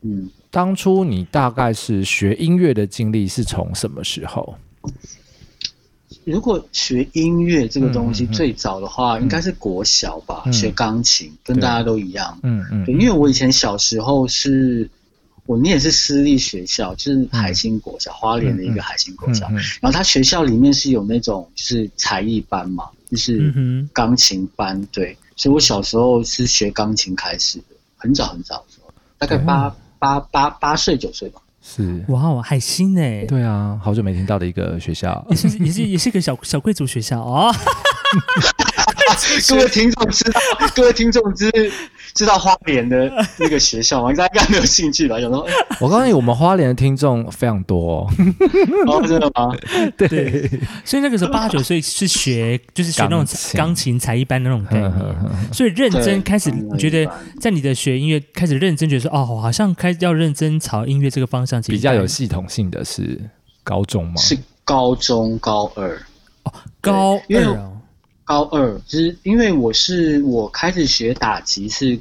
[SPEAKER 3] 嗯。
[SPEAKER 2] 当初你大概是学音乐的经历是从什么时候？
[SPEAKER 3] 如果学音乐这个东
[SPEAKER 2] 嗯
[SPEAKER 3] 西，
[SPEAKER 2] 嗯嗯
[SPEAKER 3] 最早的话应该是国小吧，
[SPEAKER 2] 嗯
[SPEAKER 3] 学钢琴，跟
[SPEAKER 2] 对
[SPEAKER 3] 大家都一样。
[SPEAKER 2] 嗯
[SPEAKER 3] 对，
[SPEAKER 2] 嗯，
[SPEAKER 3] 因为我以前小时候是，我念的是私立学校，就是海星国小，花莲的一个海星国小。
[SPEAKER 2] 嗯
[SPEAKER 3] 然后他学校里面是有那种就是才艺班嘛，
[SPEAKER 1] 嗯
[SPEAKER 3] 就是
[SPEAKER 1] 哼，
[SPEAKER 3] 钢琴班。对，所以我小时候是学钢琴开始的，很早很早的时候，大概八、八八八岁九岁吧。
[SPEAKER 2] 是，
[SPEAKER 1] 哇哦，海星哎，
[SPEAKER 2] 对啊，好久没听到的一个学校。
[SPEAKER 1] 也是也是也是个小小贵族学校哦。 [laughs]
[SPEAKER 3] 各位听众知道， [laughs] 各位听众知知道花莲的那个学校吗？大家应该没有兴趣吧？想说，哎
[SPEAKER 2] [laughs] 我告诉你，我们花莲的听众非常多、哦， [laughs]
[SPEAKER 3] 哦，真的吗？
[SPEAKER 1] 对，所以那个时候八九岁是学就是学那种
[SPEAKER 2] 钢琴
[SPEAKER 1] 钢琴才艺班那种概
[SPEAKER 2] [laughs]
[SPEAKER 1] 念，所以认真
[SPEAKER 3] 对
[SPEAKER 1] 开始
[SPEAKER 3] 钢琴
[SPEAKER 1] 你觉得
[SPEAKER 3] 才艺
[SPEAKER 1] 在你的学音乐开始认真觉得说哦，我好像开要认真朝音乐这个方向进
[SPEAKER 2] 比较有
[SPEAKER 1] 行
[SPEAKER 2] 系统性的是高中吗？
[SPEAKER 3] 是高中高二，
[SPEAKER 1] 高
[SPEAKER 3] 因为
[SPEAKER 1] 二哦，
[SPEAKER 3] 高二，就是因为我是我开始学打击是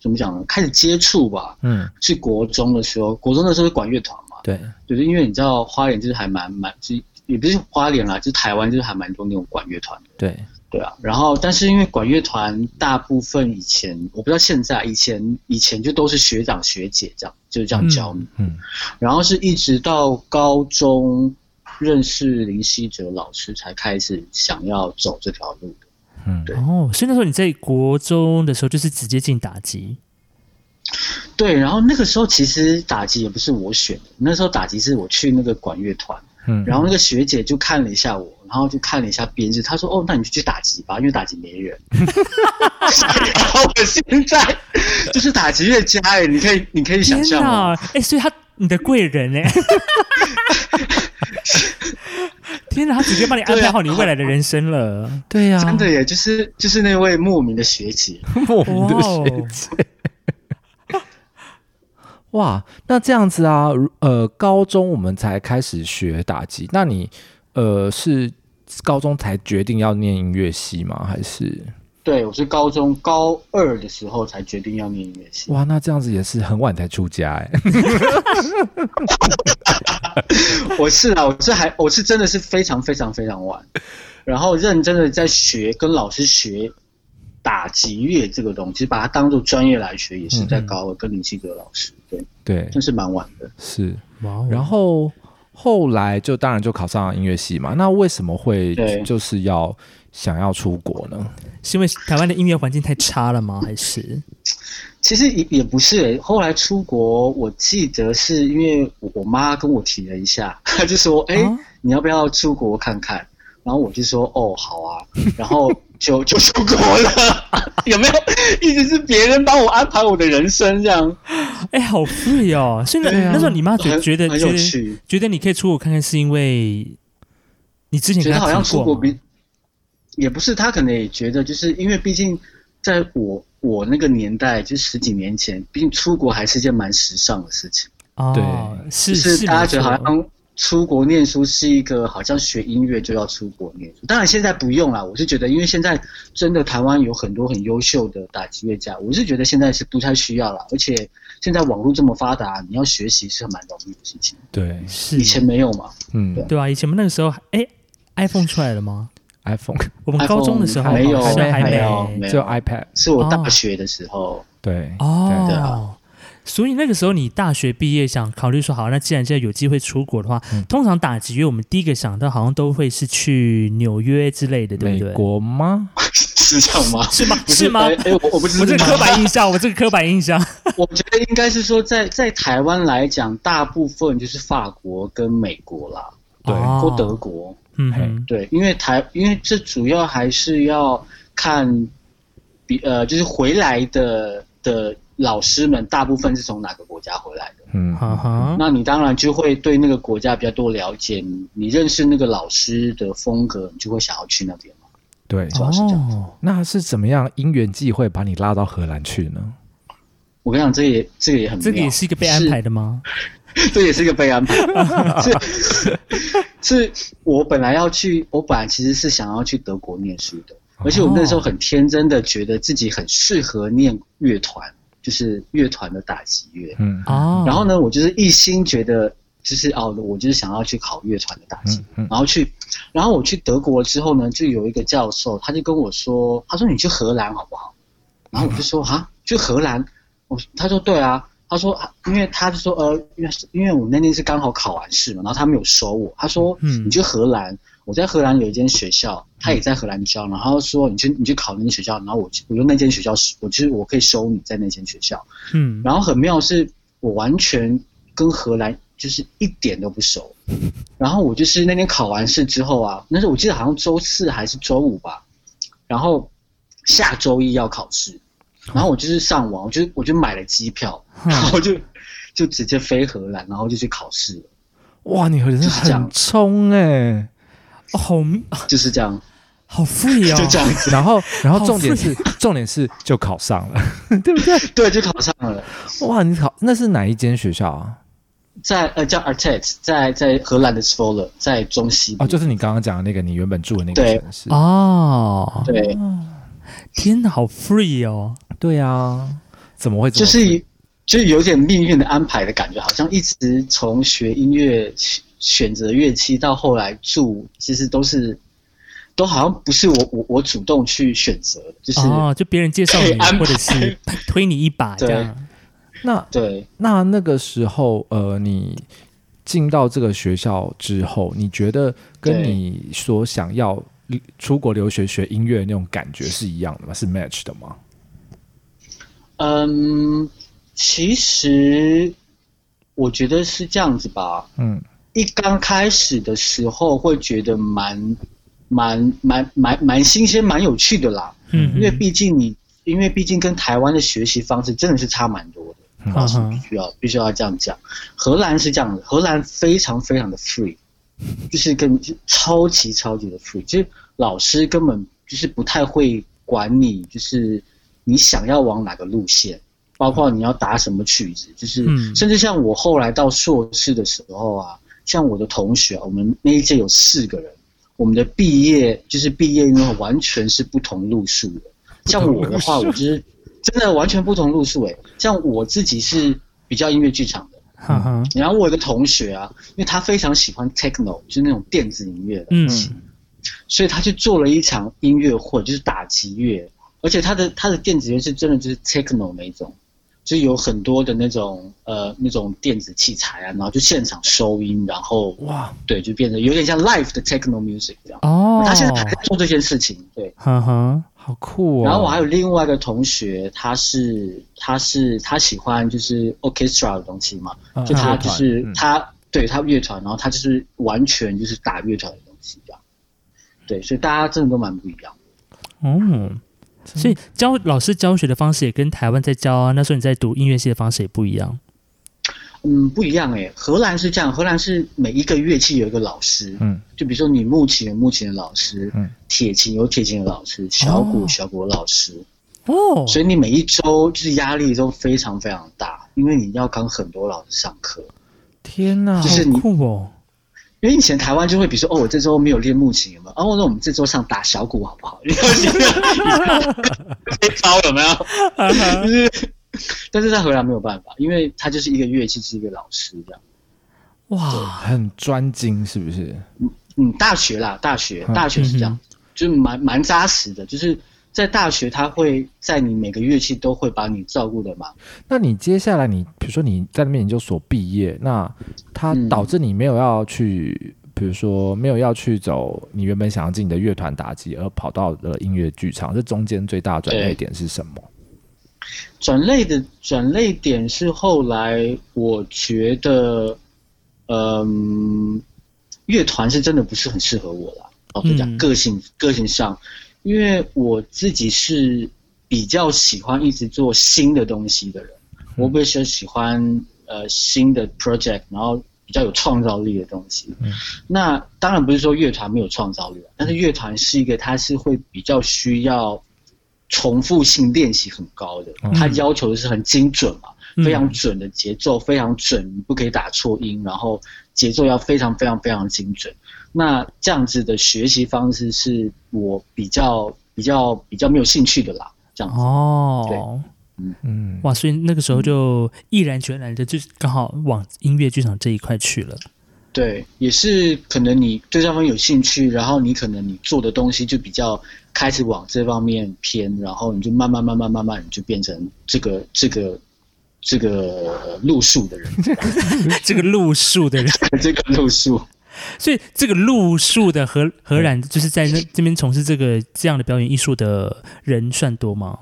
[SPEAKER 3] 怎么讲呢？开始接触吧，
[SPEAKER 2] 嗯，
[SPEAKER 3] 是国中的时候，国中的时候是管乐团嘛，
[SPEAKER 2] 对，
[SPEAKER 3] 就是因为你知道花莲就是还蛮蛮，就是也不是花莲啦，就是台湾就是还蛮多那种管乐团的。
[SPEAKER 2] 对，
[SPEAKER 3] 对啊，然后但是因为管乐团大部分以前我不知道现在，以前以前就都是学长学姐这样，就是这样教你。
[SPEAKER 2] 嗯，
[SPEAKER 3] 然后是一直到高中认识林希哲老师，才开始想要走这条路的。
[SPEAKER 2] 嗯，
[SPEAKER 3] 对
[SPEAKER 1] 哦，所以那时候你在国中的时候就是直接进打击，
[SPEAKER 3] 对，然后那个时候其实打击也不是我选的，那时候打击是我去那个管乐团，
[SPEAKER 2] 嗯，
[SPEAKER 3] 然后那个学姐就看了一下我，然后就看了一下编制，她说：“哦，那你就去打击吧，因为打击没人。” [laughs] 然后我现
[SPEAKER 2] [laughs]
[SPEAKER 3] 在就是打击乐家哎，你可以你可以
[SPEAKER 1] 天
[SPEAKER 3] 想象哦吗？
[SPEAKER 1] 哪，哎，所以他你的贵人
[SPEAKER 3] [laughs]
[SPEAKER 1] 哎。天哪，他直接帮你安排好你未来的人生了，
[SPEAKER 3] 啊
[SPEAKER 2] 对呀、 [laughs]
[SPEAKER 3] 真的耶，就是就是那位莫名的学姐，
[SPEAKER 2] 莫名的
[SPEAKER 1] 哇哦
[SPEAKER 2] 学姐。 [laughs] 哇，那这样子啊，如呃，高中我们才开始学打击，那你呃是高中才决定要念音乐系吗？还是
[SPEAKER 3] 对，我是高中高二的时候才决定要念音乐系。
[SPEAKER 2] 哇，那这样子也是很晚才出家哎、
[SPEAKER 3] 我是啊，我是还我是真的是非常非常非
[SPEAKER 2] [laughs]
[SPEAKER 3] 常晚，然后认真的在学，跟老师学打击乐这个东西，把它当做专业来学，也
[SPEAKER 2] 嗯
[SPEAKER 3] 是在高二跟林希哲老师，对，
[SPEAKER 2] [laughs] 对，
[SPEAKER 3] 真是蛮晚的。
[SPEAKER 2] 是。
[SPEAKER 1] 哇哦
[SPEAKER 2] 然后后来就当然就考上音乐系嘛。那为什么会
[SPEAKER 3] 对
[SPEAKER 2] 就是要想要出国呢？
[SPEAKER 1] 是因为台湾的音乐环境太差了吗？还是
[SPEAKER 3] 其实也也不是、欸，后来出国，我记得是因为我妈跟我提了一下， [laughs] 她就说：“哎、
[SPEAKER 2] 哦
[SPEAKER 1] 啊
[SPEAKER 3] 你要不要出国看看？”然后我就说：“哦，好啊。”然后就 [laughs] 就出国了，有没有？一直是别人帮我安排我的人生这样，
[SPEAKER 1] 哎、好 free 哦！所以那、
[SPEAKER 2] 对啊
[SPEAKER 1] 那时候你妈觉
[SPEAKER 3] 很
[SPEAKER 1] 觉得
[SPEAKER 3] 很
[SPEAKER 1] 觉
[SPEAKER 3] 有
[SPEAKER 1] 得
[SPEAKER 3] 趣。
[SPEAKER 1] 觉得你可以出国看看，是因为你之前
[SPEAKER 3] 觉
[SPEAKER 1] 跟
[SPEAKER 3] 得
[SPEAKER 1] 她
[SPEAKER 3] 好像
[SPEAKER 1] 提
[SPEAKER 3] 出国
[SPEAKER 1] 吗
[SPEAKER 3] 比，也不是他可能也觉得，就是因为毕竟在我我那个年代，就十几年前，毕竟出国还是件蛮时尚的事情。
[SPEAKER 1] 哦，是
[SPEAKER 3] 就是
[SPEAKER 1] 是
[SPEAKER 3] 大
[SPEAKER 1] 没
[SPEAKER 3] 家觉得
[SPEAKER 1] 错
[SPEAKER 3] 好像出国念书是一个好像学音乐就要出国念书，当然现在不用啦。我是觉得，因为现在真的台湾有很多很优秀的打击乐家，我是觉得现在是不太需要啦。而且现在网络这么发达，你要学习是很蛮容易的事情，
[SPEAKER 2] 对，
[SPEAKER 1] 是
[SPEAKER 3] 以前没有嘛。
[SPEAKER 2] 嗯
[SPEAKER 1] 对啊，以前我们那个时候，哎、i p h o n e 出来了吗？
[SPEAKER 2] ，iPhone
[SPEAKER 1] 我们高中的时候
[SPEAKER 3] iPhone 没有
[SPEAKER 1] 好像
[SPEAKER 2] [laughs] 还
[SPEAKER 1] 还
[SPEAKER 2] 没
[SPEAKER 3] 有没有
[SPEAKER 2] 就 iPad，
[SPEAKER 3] 是我
[SPEAKER 1] 哦
[SPEAKER 3] 大学的时候， [laughs]
[SPEAKER 2] 对，对
[SPEAKER 3] 对
[SPEAKER 1] 哦
[SPEAKER 3] 啊。
[SPEAKER 1] 所以那个时候你大学毕业想考虑说好，那既然现在有机会出国的话，
[SPEAKER 2] 嗯
[SPEAKER 1] 通常打击乐我们第一个想到好像都会是去纽约之类的，对不
[SPEAKER 2] 美
[SPEAKER 1] 对？
[SPEAKER 2] 国吗？
[SPEAKER 3] 是这样吗？
[SPEAKER 1] 是吗？
[SPEAKER 3] 不
[SPEAKER 1] 是吗？
[SPEAKER 3] 哎、哎我我不知
[SPEAKER 1] 我
[SPEAKER 3] 道。
[SPEAKER 1] 这个刻板印象，我这个刻板印象。
[SPEAKER 3] 我觉得应该是说在，在台湾来讲，大部分就是法国跟美国啦，
[SPEAKER 2] 对
[SPEAKER 1] 哦
[SPEAKER 3] 或德国。
[SPEAKER 1] 嗯
[SPEAKER 2] 嘿
[SPEAKER 1] 哼，
[SPEAKER 3] 对，因为台，因为这主要还是要看，比呃，就是回来的的老师们，大部分是从哪个国家回来的？
[SPEAKER 2] 嗯，
[SPEAKER 1] 哈哈，
[SPEAKER 3] 那你当然就会对那个国家比较多了解，你你认识那个老师的风格，你就会想要去那边嘛。
[SPEAKER 2] 对。
[SPEAKER 3] 主要是这样
[SPEAKER 1] 哦，
[SPEAKER 2] 那是怎么样因缘际会把你拉到荷兰去呢？
[SPEAKER 3] 我跟你讲，这也这个也很妙，
[SPEAKER 1] 这个也是一个被安排的吗？
[SPEAKER 3] [laughs] 这也是一个被安排，是是我本来要去，我本来其实是想要去德国念书的，而且我那时
[SPEAKER 2] 哦
[SPEAKER 3] 候很天真的觉得自己很适合念乐团，就是乐团的打击乐。
[SPEAKER 2] 嗯，
[SPEAKER 1] 哦，
[SPEAKER 3] 然后呢，我就是一心觉得就是哦，我就是想要去考乐团的打击
[SPEAKER 2] 嗯嗯，
[SPEAKER 3] 然后去，然后我去德国之后呢，就有一个教授，他就跟我说，他说你去荷兰好不好？然后我就说啊，去荷兰，我他说对啊，他说啊因为他就说呃，因为因为我那天是刚好考完试嘛，然后他没有收我，他说
[SPEAKER 1] 嗯
[SPEAKER 3] 你去荷兰，我在荷兰有一间学校，他也在荷兰教，然后他说你去你去考那间学校，然后我去我用那间学校收，我就是我可以收你在那间学校，
[SPEAKER 1] 嗯，
[SPEAKER 3] 然后很妙是，我完全跟荷兰就是一点都不熟。
[SPEAKER 2] [laughs]
[SPEAKER 3] 然后我就是那天考完试之后啊，那时候我记得好像周四还是周五吧，然后下周一要考试，然后我就是上网，我就我就买了
[SPEAKER 2] [laughs]
[SPEAKER 3] 机票，
[SPEAKER 1] 嗯
[SPEAKER 3] 然后就就直接飞荷兰，然后就去考试了，
[SPEAKER 2] 哇，你人生
[SPEAKER 3] 就是这样
[SPEAKER 2] 很冲哎、
[SPEAKER 1] 哦好
[SPEAKER 3] 就是这样，
[SPEAKER 1] 好 free 哦，
[SPEAKER 3] 就这样子，
[SPEAKER 2] [laughs] 然后，然后
[SPEAKER 1] 好
[SPEAKER 2] 重点
[SPEAKER 1] 废
[SPEAKER 2] 是，重点是就考上了，对不对？
[SPEAKER 3] 对，就考上了，
[SPEAKER 2] 哇，你考那是哪一间学校啊？
[SPEAKER 3] 在呃叫 Artet，在在荷兰的 s v o l e 在中西部
[SPEAKER 2] 哦，就是你刚刚讲的那个你原本住的那个
[SPEAKER 3] 对
[SPEAKER 2] 城市。
[SPEAKER 1] 哦，
[SPEAKER 3] 对，
[SPEAKER 1] 天哪，好 free 哦，
[SPEAKER 2] 对啊，怎么会这
[SPEAKER 3] 就
[SPEAKER 2] 么？
[SPEAKER 3] 是就是有点命运的安排的感觉，好像一直从学音乐选选择乐器到后来住，其实都是都好像不是我我我主动去选择的，就是、
[SPEAKER 1] 哦，就别人介绍
[SPEAKER 3] 可以
[SPEAKER 1] 你
[SPEAKER 3] 安，排
[SPEAKER 1] 或者是推你一把这
[SPEAKER 3] 对
[SPEAKER 1] 样，
[SPEAKER 2] 那
[SPEAKER 3] 对
[SPEAKER 2] 那那个时候，呃，你进到这个学校之后，你觉得跟
[SPEAKER 3] 对
[SPEAKER 2] 你所想要出国留学学音乐的那种感觉是一样的吗？是 match 的吗？
[SPEAKER 3] 嗯，其实我觉得是这样子吧，
[SPEAKER 2] 嗯，
[SPEAKER 3] 一刚开始的时候会觉得蛮蛮蛮蛮蛮新鲜、蛮有趣的啦，
[SPEAKER 1] 嗯哼，
[SPEAKER 3] 因为毕竟你因为毕竟跟台湾的学习方式真的是差蛮多的。
[SPEAKER 1] 嗯
[SPEAKER 3] 是
[SPEAKER 1] 哼
[SPEAKER 3] 必须要必须要这样讲。荷兰是这样的，荷兰非常非常的 free，就是跟就超级超级的 free，就是老师根本就是不太会管你，就是你想要往哪个路线，包括你要打什么曲子，就是、
[SPEAKER 1] 嗯
[SPEAKER 3] 甚至像我后来到硕士的时候啊，像我的同学啊，我们那一届有四个人，我们的毕业就是毕业因为完全是不同路数的。像我的话，我就是真的完全不同路数诶、像我自己是比较音乐剧场的，
[SPEAKER 1] 哈哈，
[SPEAKER 3] 然后我的同学啊，因为他非常喜欢 techno，就是那种电子音乐的，
[SPEAKER 1] 嗯
[SPEAKER 3] 所以他去做了一场音乐会，就是打击乐，而且他的他的电子乐是真的就是 techno 那一种，就是有很多的那种呃那种电子器材啊，然后就现场收音，然后
[SPEAKER 2] 哇，
[SPEAKER 3] 对，就变得有点像 live 的 techno music 这样。
[SPEAKER 1] 哦，
[SPEAKER 3] 他现在还在做这件事情，对。
[SPEAKER 1] 哈哈，
[SPEAKER 2] 好酷哦！
[SPEAKER 3] 然后我还有另外一个同学，他是他是他喜欢就是 orchestra 的东西嘛，
[SPEAKER 2] 嗯
[SPEAKER 3] 就他就是、
[SPEAKER 2] 嗯
[SPEAKER 3] 他对他乐团，然后他就是完全就是打乐团的东西这样。对，所以大家真的都蛮不一样。
[SPEAKER 1] 哦，所以教老师教学的方式也跟台湾在教啊，那时候你在读音乐系的方式也不一样。
[SPEAKER 3] 嗯，不一样诶、荷兰是这样，荷兰是每一个乐器有一个老师，
[SPEAKER 2] 嗯
[SPEAKER 3] 就比如说你木琴有木琴的老师，
[SPEAKER 2] 嗯
[SPEAKER 3] 铁琴有铁琴的老师，小鼓
[SPEAKER 1] 哦
[SPEAKER 3] 小鼓的老师，
[SPEAKER 1] 哦，
[SPEAKER 3] 所以你每一周就是压力都非常非常大，因为你要跟很多老师上课。
[SPEAKER 2] 天哪，
[SPEAKER 3] 就是
[SPEAKER 1] 好
[SPEAKER 3] 你
[SPEAKER 1] 酷哦，
[SPEAKER 3] 因为以前台湾就会，比如说，哦，我这周没有练木琴，有没有？哦，那我们这周上打小鼓好不好？ [laughs] 因为我觉得被招有没有？就是，但是在荷兰没有办法，因为他就是一个乐器，是一个老师这样。
[SPEAKER 1] 哇，
[SPEAKER 2] 很专精，是不是？
[SPEAKER 3] 嗯，大学啦，大学，大学是这样，就是蛮蛮扎实的，就是在大学，他会在你每个乐器都会把你照顾的蛮
[SPEAKER 2] 那你接下来你，比如说你在那边研究所毕业，那它
[SPEAKER 3] 嗯
[SPEAKER 2] 导致你没有要去，比如说没有要去走你原本想要进的乐团打击，而跑到了音乐剧场，这中间最大的转捩
[SPEAKER 3] 对
[SPEAKER 2] 点是什么？
[SPEAKER 3] 转类的转类点是后来我觉得，嗯，乐团是真的不是很适合我啦。老实讲，
[SPEAKER 1] 嗯
[SPEAKER 3] 个性个性上，因为我自己是比较喜欢一直做新的东西的人，我比较喜欢呃新的 project，然后比较有创造力的东西。那当然不是说乐团没有创造力啊，但是乐团是一个它是会比较需要重复性练习很高的，它要求的是很精准嘛，
[SPEAKER 1] 嗯
[SPEAKER 3] 非常准的节奏，非常准，你不可以打错音，然后节奏要非常非常非常精准。那这样子的学习方式是我比较比较比较没有兴趣的啦，这样子。
[SPEAKER 1] 哦，
[SPEAKER 2] 嗯，
[SPEAKER 1] 哇，所以那个时候就毅然决然的，就是刚好往音乐剧场这一块去了。
[SPEAKER 3] 对，也是可能你对这方面有兴趣，然后你可能你做的东西就比较开始往这方面偏，然后你就慢慢慢慢慢慢，你就变成这个这个这个路数的人，
[SPEAKER 1] [laughs]
[SPEAKER 3] [laughs]
[SPEAKER 1] 这个路数的人，
[SPEAKER 3] 这个路数。
[SPEAKER 1] [laughs] 所以这个路数的荷荷兰就是在那这边从事这个这样的表演艺术的人算多吗？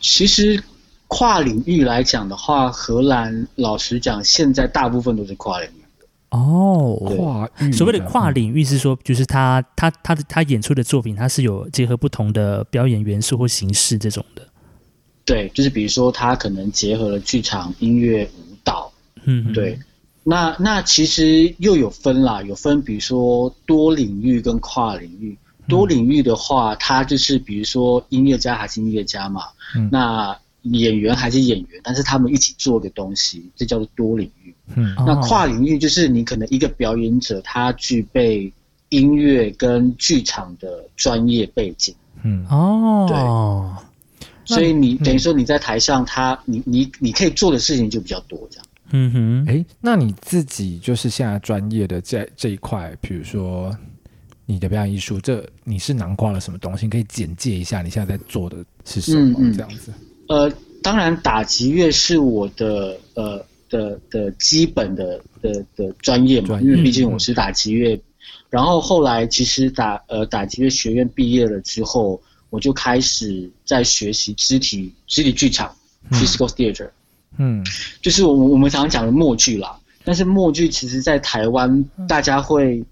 [SPEAKER 3] 其实跨领域来讲的话，荷兰老实讲，现在大部分都是跨领域。
[SPEAKER 1] 哦，
[SPEAKER 2] 跨域
[SPEAKER 1] 所谓的跨领域是说，就是他他他的他演出的作品，它是有结合不同的表演元素或形式这种的。
[SPEAKER 3] 对，就是比如说他可能结合了剧场、音乐、舞蹈，
[SPEAKER 1] 嗯，
[SPEAKER 3] 对。那那其实又有分啦，有分，比如说多领域跟跨领域。多
[SPEAKER 1] 嗯
[SPEAKER 3] 领域的话，它就是比如说音乐家还是音乐家嘛，
[SPEAKER 2] 嗯
[SPEAKER 3] 那演员还是演员，但是他们一起做的东西，这叫做多领域。
[SPEAKER 2] 嗯
[SPEAKER 1] 哦
[SPEAKER 3] 那跨领域就是你可能一个表演者，他具备音乐跟剧场的专业背景，
[SPEAKER 2] 嗯，
[SPEAKER 1] 哦，
[SPEAKER 3] 所以
[SPEAKER 1] 嗯
[SPEAKER 3] 你等于说你在台上他，你你你可以做的事情就比较多，这样。
[SPEAKER 1] 嗯哼，
[SPEAKER 2] 诶，那你自己就是现在专业的这这一块，比如说你的表演艺术，这你是囊括了什么东西？你可以简介一下你现在在做的是什么？
[SPEAKER 3] 嗯嗯
[SPEAKER 2] 这样子，
[SPEAKER 3] 呃，当然打击乐是我的呃的的基本的的的专业嘛，
[SPEAKER 2] 专业
[SPEAKER 3] 因为毕竟我是打击乐。然后后来其实打呃打击乐学院毕业了之后，我就开始在学习肢体肢体剧场 （physical theater）。
[SPEAKER 2] 嗯
[SPEAKER 3] 就是我们我们常常讲的默剧啦，但是默剧其实在台湾
[SPEAKER 2] 嗯
[SPEAKER 3] 大家会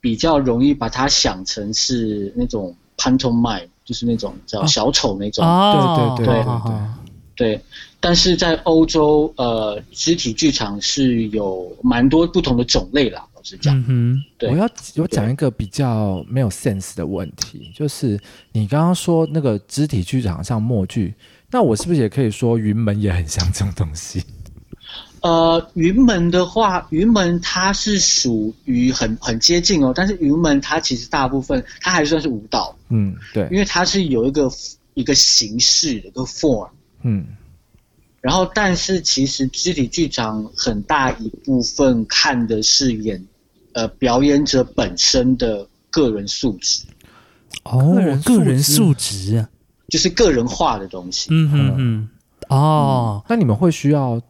[SPEAKER 3] 比较容易把它想成是那种 pantomime，就是那种叫小丑那种，
[SPEAKER 1] 哦，
[SPEAKER 2] 对对对对
[SPEAKER 1] 好
[SPEAKER 2] 对
[SPEAKER 1] 好
[SPEAKER 3] 对。但是在欧洲，呃，肢体剧场是有蛮多不同的种类啦，老实讲，
[SPEAKER 1] 嗯哼，
[SPEAKER 3] 对
[SPEAKER 2] 我要我讲一个比较没有 sense 的问题，就是你刚刚说那个肢体剧场像默剧，那我是不是也可以说云门也很像这种东西？
[SPEAKER 3] 呃，云门的话，云门它是属于很很接近哦，但是云门它其实大部分它还算是舞蹈，
[SPEAKER 2] 嗯，对，
[SPEAKER 3] 因为它是有一个一个形式一个 form，
[SPEAKER 2] 嗯，
[SPEAKER 3] 然后但是其实肢体剧场很大一部分看的是演呃表演者本身的个人素质，
[SPEAKER 2] 哦，
[SPEAKER 1] 个人
[SPEAKER 2] 质
[SPEAKER 1] 素质啊，
[SPEAKER 3] 就是个人化的东西。
[SPEAKER 1] 嗯哼嗯，哦，
[SPEAKER 2] 那你们会需要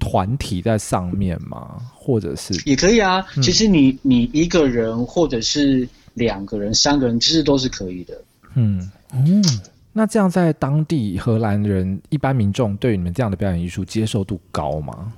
[SPEAKER 2] 团体在上面吗？或者是
[SPEAKER 3] 也可以啊，
[SPEAKER 1] 嗯
[SPEAKER 3] 其实你你一个人或者是两个人、三个人，其实都是可以的。
[SPEAKER 2] 嗯嗯，那这样在当地荷兰人一般民众对你们这样的表演艺术接受度高吗？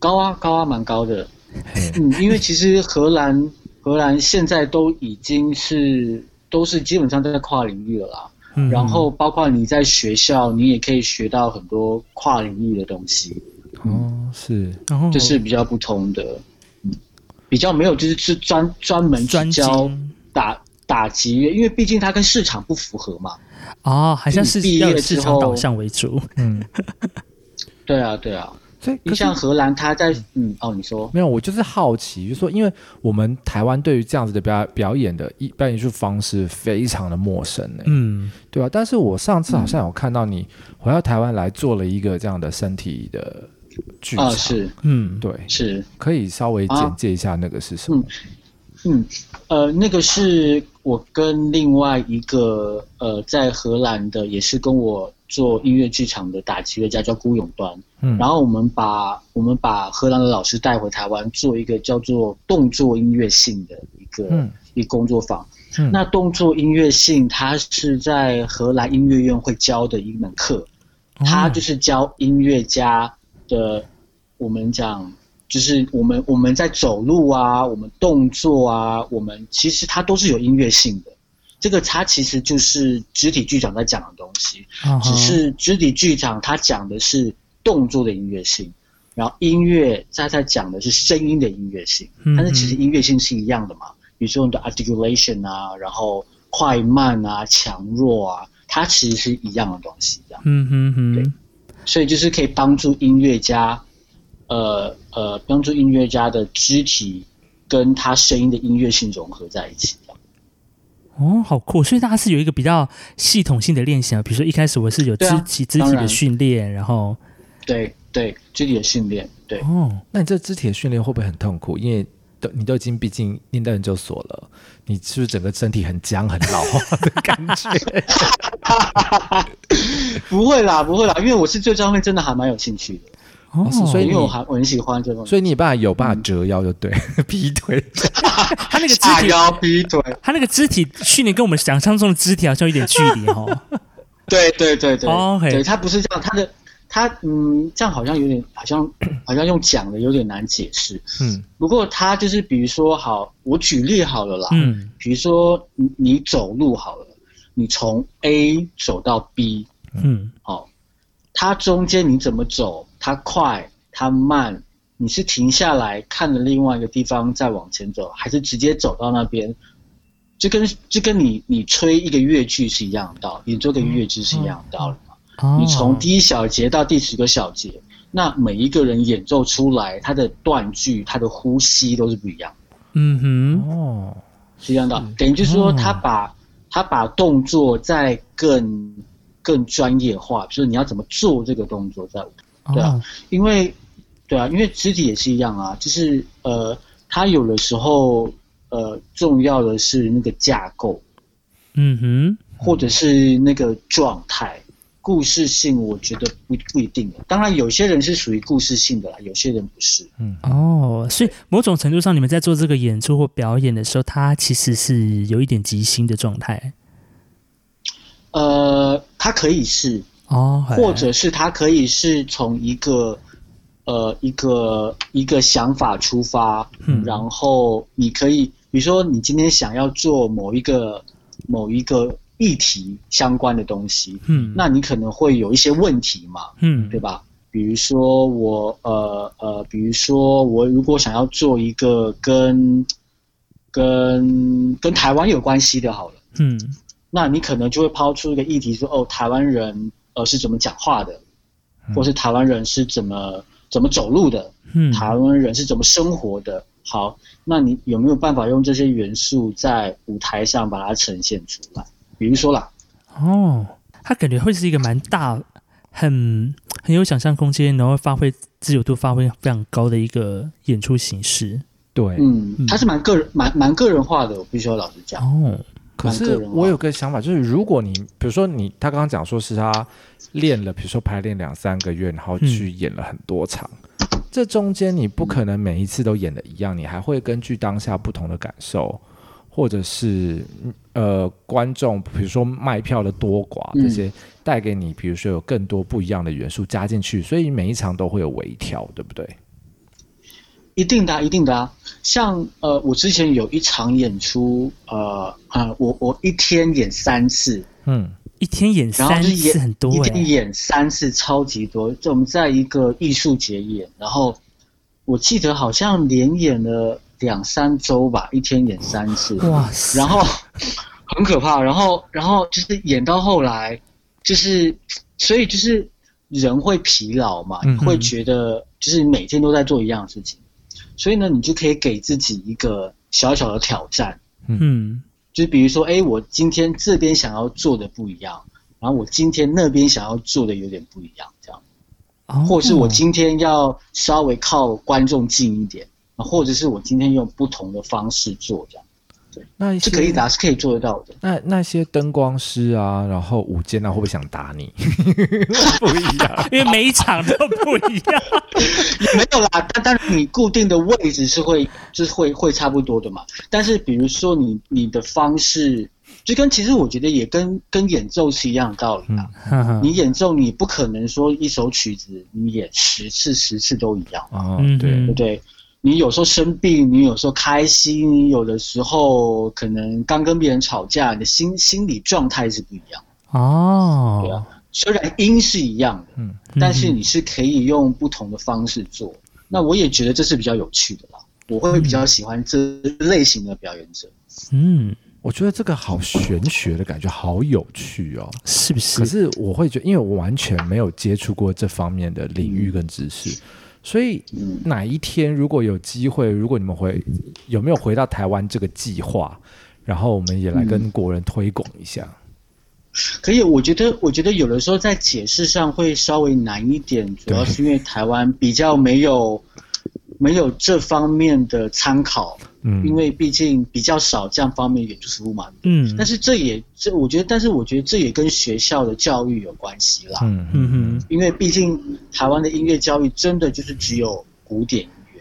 [SPEAKER 3] 高啊，高啊，蛮高的。
[SPEAKER 2] 嘿
[SPEAKER 3] 嗯，因为其实荷兰荷兰现在都已经是都是基本上都在跨领域了啦。
[SPEAKER 1] 嗯
[SPEAKER 3] 然后包括你在学校，你也可以学到很多跨领域的东西，
[SPEAKER 2] 哦，是
[SPEAKER 1] 然后
[SPEAKER 3] 这是比较不同的，嗯比较没有就是是专专门去
[SPEAKER 1] 专
[SPEAKER 3] 教
[SPEAKER 1] 精
[SPEAKER 3] 打打击乐，因为毕竟它跟市场不符合嘛。
[SPEAKER 1] 哦，还像是
[SPEAKER 3] 你毕业
[SPEAKER 1] 要以
[SPEAKER 3] 之
[SPEAKER 1] 市场
[SPEAKER 3] 后
[SPEAKER 1] 导向为主，
[SPEAKER 2] 嗯，
[SPEAKER 3] 对啊，对啊。
[SPEAKER 2] 所以
[SPEAKER 3] 你
[SPEAKER 2] 可是
[SPEAKER 3] 像荷兰，它在嗯哦，你说
[SPEAKER 2] 没有，我就是好奇，就是说因为我们台湾对于这样子的表表演的艺表演艺术方式非常的陌生呢、
[SPEAKER 1] 嗯，
[SPEAKER 2] 对啊，但是我上次好像有看到你回到台湾来做了一个这样的身体的剧
[SPEAKER 3] 啊、
[SPEAKER 2] 场，
[SPEAKER 3] 是
[SPEAKER 1] 嗯，
[SPEAKER 2] 对，
[SPEAKER 3] 是
[SPEAKER 2] 可以稍微
[SPEAKER 3] 啊
[SPEAKER 2] 简介一下那个是什么？
[SPEAKER 3] 嗯呃，那个是我跟另外一个呃在荷兰的，也是跟我做音乐剧场的打击乐家叫辜永端，
[SPEAKER 2] 嗯，
[SPEAKER 3] 然后我们把我们把荷兰的老师带回台湾，做一个叫做动作音乐性的一个、
[SPEAKER 2] 嗯
[SPEAKER 3] 一个工作坊。
[SPEAKER 2] 嗯
[SPEAKER 3] 那动作音乐性，它是在荷兰音乐院会教的一门课，
[SPEAKER 1] 哦嗯
[SPEAKER 3] 它就是教音乐家的，我们讲就是我们我们在走路啊，我们动作啊，我们其实它都是有音乐性的。这个它其实就是肢体剧场在讲的东西，
[SPEAKER 1] 啊哈
[SPEAKER 3] 只是肢体剧场它讲的是动作的音乐性，然后音乐它在讲的是声音的音乐性，
[SPEAKER 1] 嗯
[SPEAKER 3] 但是其实音乐性是一样的嘛，比如说你的 articulation 啊，然后快慢啊、强弱啊，它其实是一样的东西，这样，
[SPEAKER 1] 嗯哼哼，
[SPEAKER 3] 所以就是可以帮助音乐家，呃呃，帮助音乐家的肢体跟他声音的音乐性融合在一起，这样
[SPEAKER 1] 哦，好酷！所以大家是有一个比较系统性的练习啊，比如说一开始我是有肢
[SPEAKER 3] 对啊
[SPEAKER 1] 体、肢
[SPEAKER 3] 当
[SPEAKER 1] 体
[SPEAKER 3] 然
[SPEAKER 1] 的训练，然后
[SPEAKER 3] 对对，肢体的训练，对。
[SPEAKER 1] 哦，
[SPEAKER 2] 那你这肢体的训练会不会很痛苦？因为都你都已经毕竟念到研究所了，你是不是整个身体很僵很老化的感觉？
[SPEAKER 3] 不会啦，不会啦，因为我是对这方面真的还蛮有兴趣的，
[SPEAKER 1] 哦，
[SPEAKER 2] 是所以
[SPEAKER 3] 因
[SPEAKER 2] 你
[SPEAKER 3] 为我还我很喜欢这种，
[SPEAKER 2] 所以你有办法有办法折腰就对， [laughs] 劈腿。
[SPEAKER 1] 他那个肢
[SPEAKER 3] 叉
[SPEAKER 1] 体，
[SPEAKER 3] 腰劈腿，
[SPEAKER 1] 他那个肢体训练跟我们想象中的肢体好像有点距离
[SPEAKER 3] [laughs]
[SPEAKER 1] 哦。
[SPEAKER 3] 对对对对、
[SPEAKER 1] 哦，OK
[SPEAKER 3] 对他不是这样，他的他嗯，这样好像有点，好像好像用讲的有点难解释。
[SPEAKER 2] 嗯
[SPEAKER 3] [laughs] 不过他就是比如说，好，我举例好了啦，
[SPEAKER 1] 嗯
[SPEAKER 3] 比如说你你走路好了，你从 A 走到 B，
[SPEAKER 1] 嗯
[SPEAKER 3] 好、它中间你怎么走，它快，它慢，你是停下来看了另外一个地方再往前走，还是直接走到那边？就跟就跟你你吹一个乐句是一样的道理，你做个乐句是一样的道理嘛。
[SPEAKER 1] 哦，
[SPEAKER 3] 你从第一小节到第十个小节，那每一个人演奏出来，他的断句、他的呼吸都是不一样的。
[SPEAKER 1] 嗯哼
[SPEAKER 2] 哦，
[SPEAKER 3] 是这样的，等于就是说他把、他把动作再更更专业化，就是你要怎么做这个动作在舞台，对啊
[SPEAKER 1] 哦，
[SPEAKER 3] 因为对啊，因为肢体也是一样啊，就是呃，它有的时候呃，重要的是那个架构
[SPEAKER 1] 嗯哼
[SPEAKER 3] 或者是那个状态。故事性我觉得不不一定，啊当然有些人是属于故事性的啦，有些人不是。
[SPEAKER 1] 哦，所以某种程度上，你们在做这个演出或表演的时候，它其实是有一点即兴的状态
[SPEAKER 3] 呃，它可以是，
[SPEAKER 1] 哦，嘿
[SPEAKER 3] 或者是他可以是从一个呃一个一个想法出发，然后你可以，比如说你今天想要做某一个某一个议题相关的东西，
[SPEAKER 1] 嗯
[SPEAKER 3] 那你可能会有一些问题嘛，
[SPEAKER 1] 嗯
[SPEAKER 3] 对吧？比如说我呃呃，比如说我如果想要做一个跟跟跟台湾有关系的，好了。
[SPEAKER 1] 嗯
[SPEAKER 3] 那你可能就会抛出一个议题说，哦，台湾人呃是怎么讲话的，或是台湾人是怎么怎么走路的，
[SPEAKER 1] 嗯
[SPEAKER 3] 台湾人是怎么生活的。好，那你有没有办法用这些元素在舞台上把它呈现出来？比如说啦，
[SPEAKER 1] 哦，他感觉会是一个蛮大、很很有想象空间，然后发挥自由度发挥非常高的一个演出形式。
[SPEAKER 2] 对，
[SPEAKER 3] 嗯
[SPEAKER 1] 嗯，
[SPEAKER 3] 它是蛮个人、蛮蛮个人化的。我必须要老实讲，
[SPEAKER 1] 哦，
[SPEAKER 2] 可
[SPEAKER 3] 蛮
[SPEAKER 2] 是
[SPEAKER 3] 个人哦化
[SPEAKER 2] 我有个想法，就是如果你比如说你他刚刚讲说是他练了，比如说排练两三个月，然后去演了很多场，这中间你不可能每一次都演的一样，你还会根据当下不同的感受，或者是呃观众比如说卖票的多寡
[SPEAKER 3] 嗯
[SPEAKER 2] 这些带给你，比如说有更多不一样的元素加进去，所以每一场都会有微调，对不对？
[SPEAKER 3] 一定的啊、一定的啊。像呃，我之前有一场演出，呃呃，我我一天演三次，
[SPEAKER 2] 嗯，
[SPEAKER 1] 一天演
[SPEAKER 3] 然后
[SPEAKER 1] 三
[SPEAKER 3] 就是
[SPEAKER 1] 次
[SPEAKER 3] 演
[SPEAKER 1] 很多
[SPEAKER 3] 一
[SPEAKER 1] 哎、
[SPEAKER 3] 天演三次超级多。就我们在一个艺术节演，然后我记得好像连演了两三周吧，一天演三次，
[SPEAKER 1] 哇塞，
[SPEAKER 3] 然后很可怕。然后然后就是演到后来，就是所以就是人会疲劳嘛，
[SPEAKER 2] 嗯
[SPEAKER 3] 你会觉得就是每天都在做一样的事情，所以呢，你就可以给自己一个小小的挑战。
[SPEAKER 1] 嗯
[SPEAKER 3] 就比如说，哎，我今天这边想要做的不一样，然后我今天那边想要做的有点不一样，这样，
[SPEAKER 1] 哦，
[SPEAKER 3] 或者是我今天要稍微靠观众近一点，或者是我今天用不同的方式做，这样
[SPEAKER 2] 那一
[SPEAKER 3] 是
[SPEAKER 2] 些
[SPEAKER 3] 可以的啊，是可以做得到的。
[SPEAKER 2] 那那些灯光师啊，然后舞间啊，会不会想打你？ [laughs] 不一样，
[SPEAKER 1] 哦因为每一场都不一样，
[SPEAKER 3] 没有啦，但但是你固定的位置是会，就是会会差不多的嘛。但是比如说你你的方式，就跟其实我觉得也跟跟演奏是一样的道理啊。
[SPEAKER 1] 哈哈
[SPEAKER 3] 你演奏你不可能说一首曲子你演十次十次都一样。
[SPEAKER 2] 哦
[SPEAKER 1] 嗯，
[SPEAKER 2] 对
[SPEAKER 3] 对不对？你有时候生病，你有时候开心，你有的时候可能刚跟别人吵架，你的心心理状态是不一样。
[SPEAKER 1] [laughs]
[SPEAKER 3] 对
[SPEAKER 1] 哦
[SPEAKER 3] 啊，虽然音是一样的，
[SPEAKER 2] 嗯
[SPEAKER 3] 但是你是可以用不同的方式做。那我也觉得这是比较有趣的啦，我会比较喜欢这类型的表演者。
[SPEAKER 1] 嗯，
[SPEAKER 2] 我觉得这个好玄学的感觉，好有趣哦。
[SPEAKER 1] 是不是？
[SPEAKER 2] 可是我会觉得，因为我完全没有接触过这方面的领域跟知识，所以
[SPEAKER 3] 嗯
[SPEAKER 2] 哪一天如果有机会，如果你们回有没有回到台湾这个计划，然后我们也来跟国人推广一下。
[SPEAKER 3] 可以，我觉得，我觉得有的时候在解释上会稍微难一点，主要是因为台湾比较没有没有这方面的参考。
[SPEAKER 2] 嗯，
[SPEAKER 3] 因为毕竟比较少这样方面的援助服务嘛。
[SPEAKER 1] 嗯，
[SPEAKER 3] 但是这也这，我觉得，但是我觉得这也跟学校的教育有关系啦。
[SPEAKER 2] 嗯嗯
[SPEAKER 1] 嗯
[SPEAKER 3] 因为毕竟台湾的音乐教育真的就是只有古典音乐，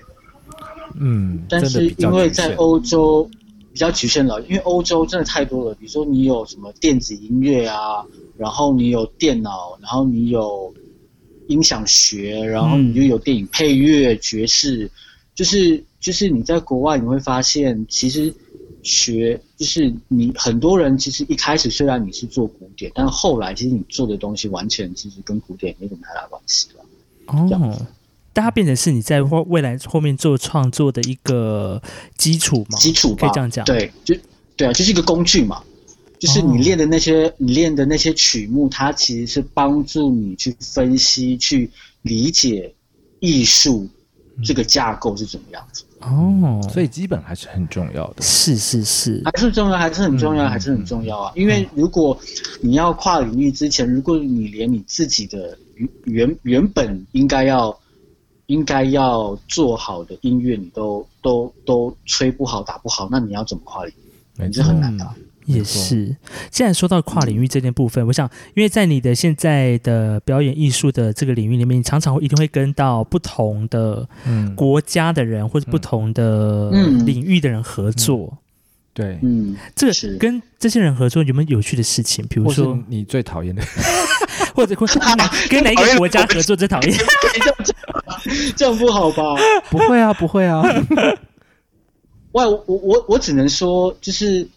[SPEAKER 2] 嗯，
[SPEAKER 3] 但
[SPEAKER 2] 真的
[SPEAKER 3] 是
[SPEAKER 2] 比较
[SPEAKER 3] 因为
[SPEAKER 2] 局
[SPEAKER 3] 在
[SPEAKER 2] 限
[SPEAKER 3] 欧洲比较局限了，因为欧洲真的太多了。比如说你有什么电子音乐啊，然后你有电脑，然后你有音响学，然后你就有电影配乐、爵士，就是就是你在国外你会发现，其实学就是你很多人其实一开始虽然你是做古典，但后来其实你做的东西完全其实跟古典没什么太大关系了。这
[SPEAKER 1] 哦，但它变成是你在未未来后面做创作的一个基础嘛？
[SPEAKER 3] 基础吧，
[SPEAKER 1] 可以这样讲
[SPEAKER 3] 对，就对啊，就是一个工具嘛，就是你
[SPEAKER 1] 哦
[SPEAKER 3] 练的那些、你练的那些曲目，它其实是帮助你去分析、去理解艺术
[SPEAKER 1] 嗯
[SPEAKER 3] 这个架构是怎么样子，
[SPEAKER 1] 哦，
[SPEAKER 2] 所以基本还是很重要的。
[SPEAKER 1] 是是是，
[SPEAKER 3] 还是重要，还是很
[SPEAKER 1] 嗯
[SPEAKER 3] 重要，还是很重要啊！因为如果你要跨领域之前，如果你连你自己的原原原本应该要。应该要做好的音乐，你都都都吹不好、打不好，那你要怎么跨领域？
[SPEAKER 2] 没
[SPEAKER 3] 你
[SPEAKER 2] 错
[SPEAKER 3] 是，很难的啊。
[SPEAKER 1] 也是。既然说到跨领域这件部分，我想，因为在你的现在的表演艺术的这个领域里面，你常常会一定会跟到不同的
[SPEAKER 2] 嗯，
[SPEAKER 1] 国家的人，或者不同的
[SPEAKER 3] 嗯
[SPEAKER 1] 领域的人合作。
[SPEAKER 2] 对，
[SPEAKER 3] 嗯，
[SPEAKER 1] 这个
[SPEAKER 3] 是
[SPEAKER 1] 跟这些人合作有没有有趣的事情？比如
[SPEAKER 2] 或是
[SPEAKER 1] 说，
[SPEAKER 2] 你最讨厌的 [laughs]
[SPEAKER 1] 或者或者跟哪跟哪一个国家合作最讨厌？
[SPEAKER 3] 这样不好
[SPEAKER 1] [laughs]
[SPEAKER 3] 吧？
[SPEAKER 2] 不会啊，不会啊。
[SPEAKER 3] 哇，我我我我只能说，就是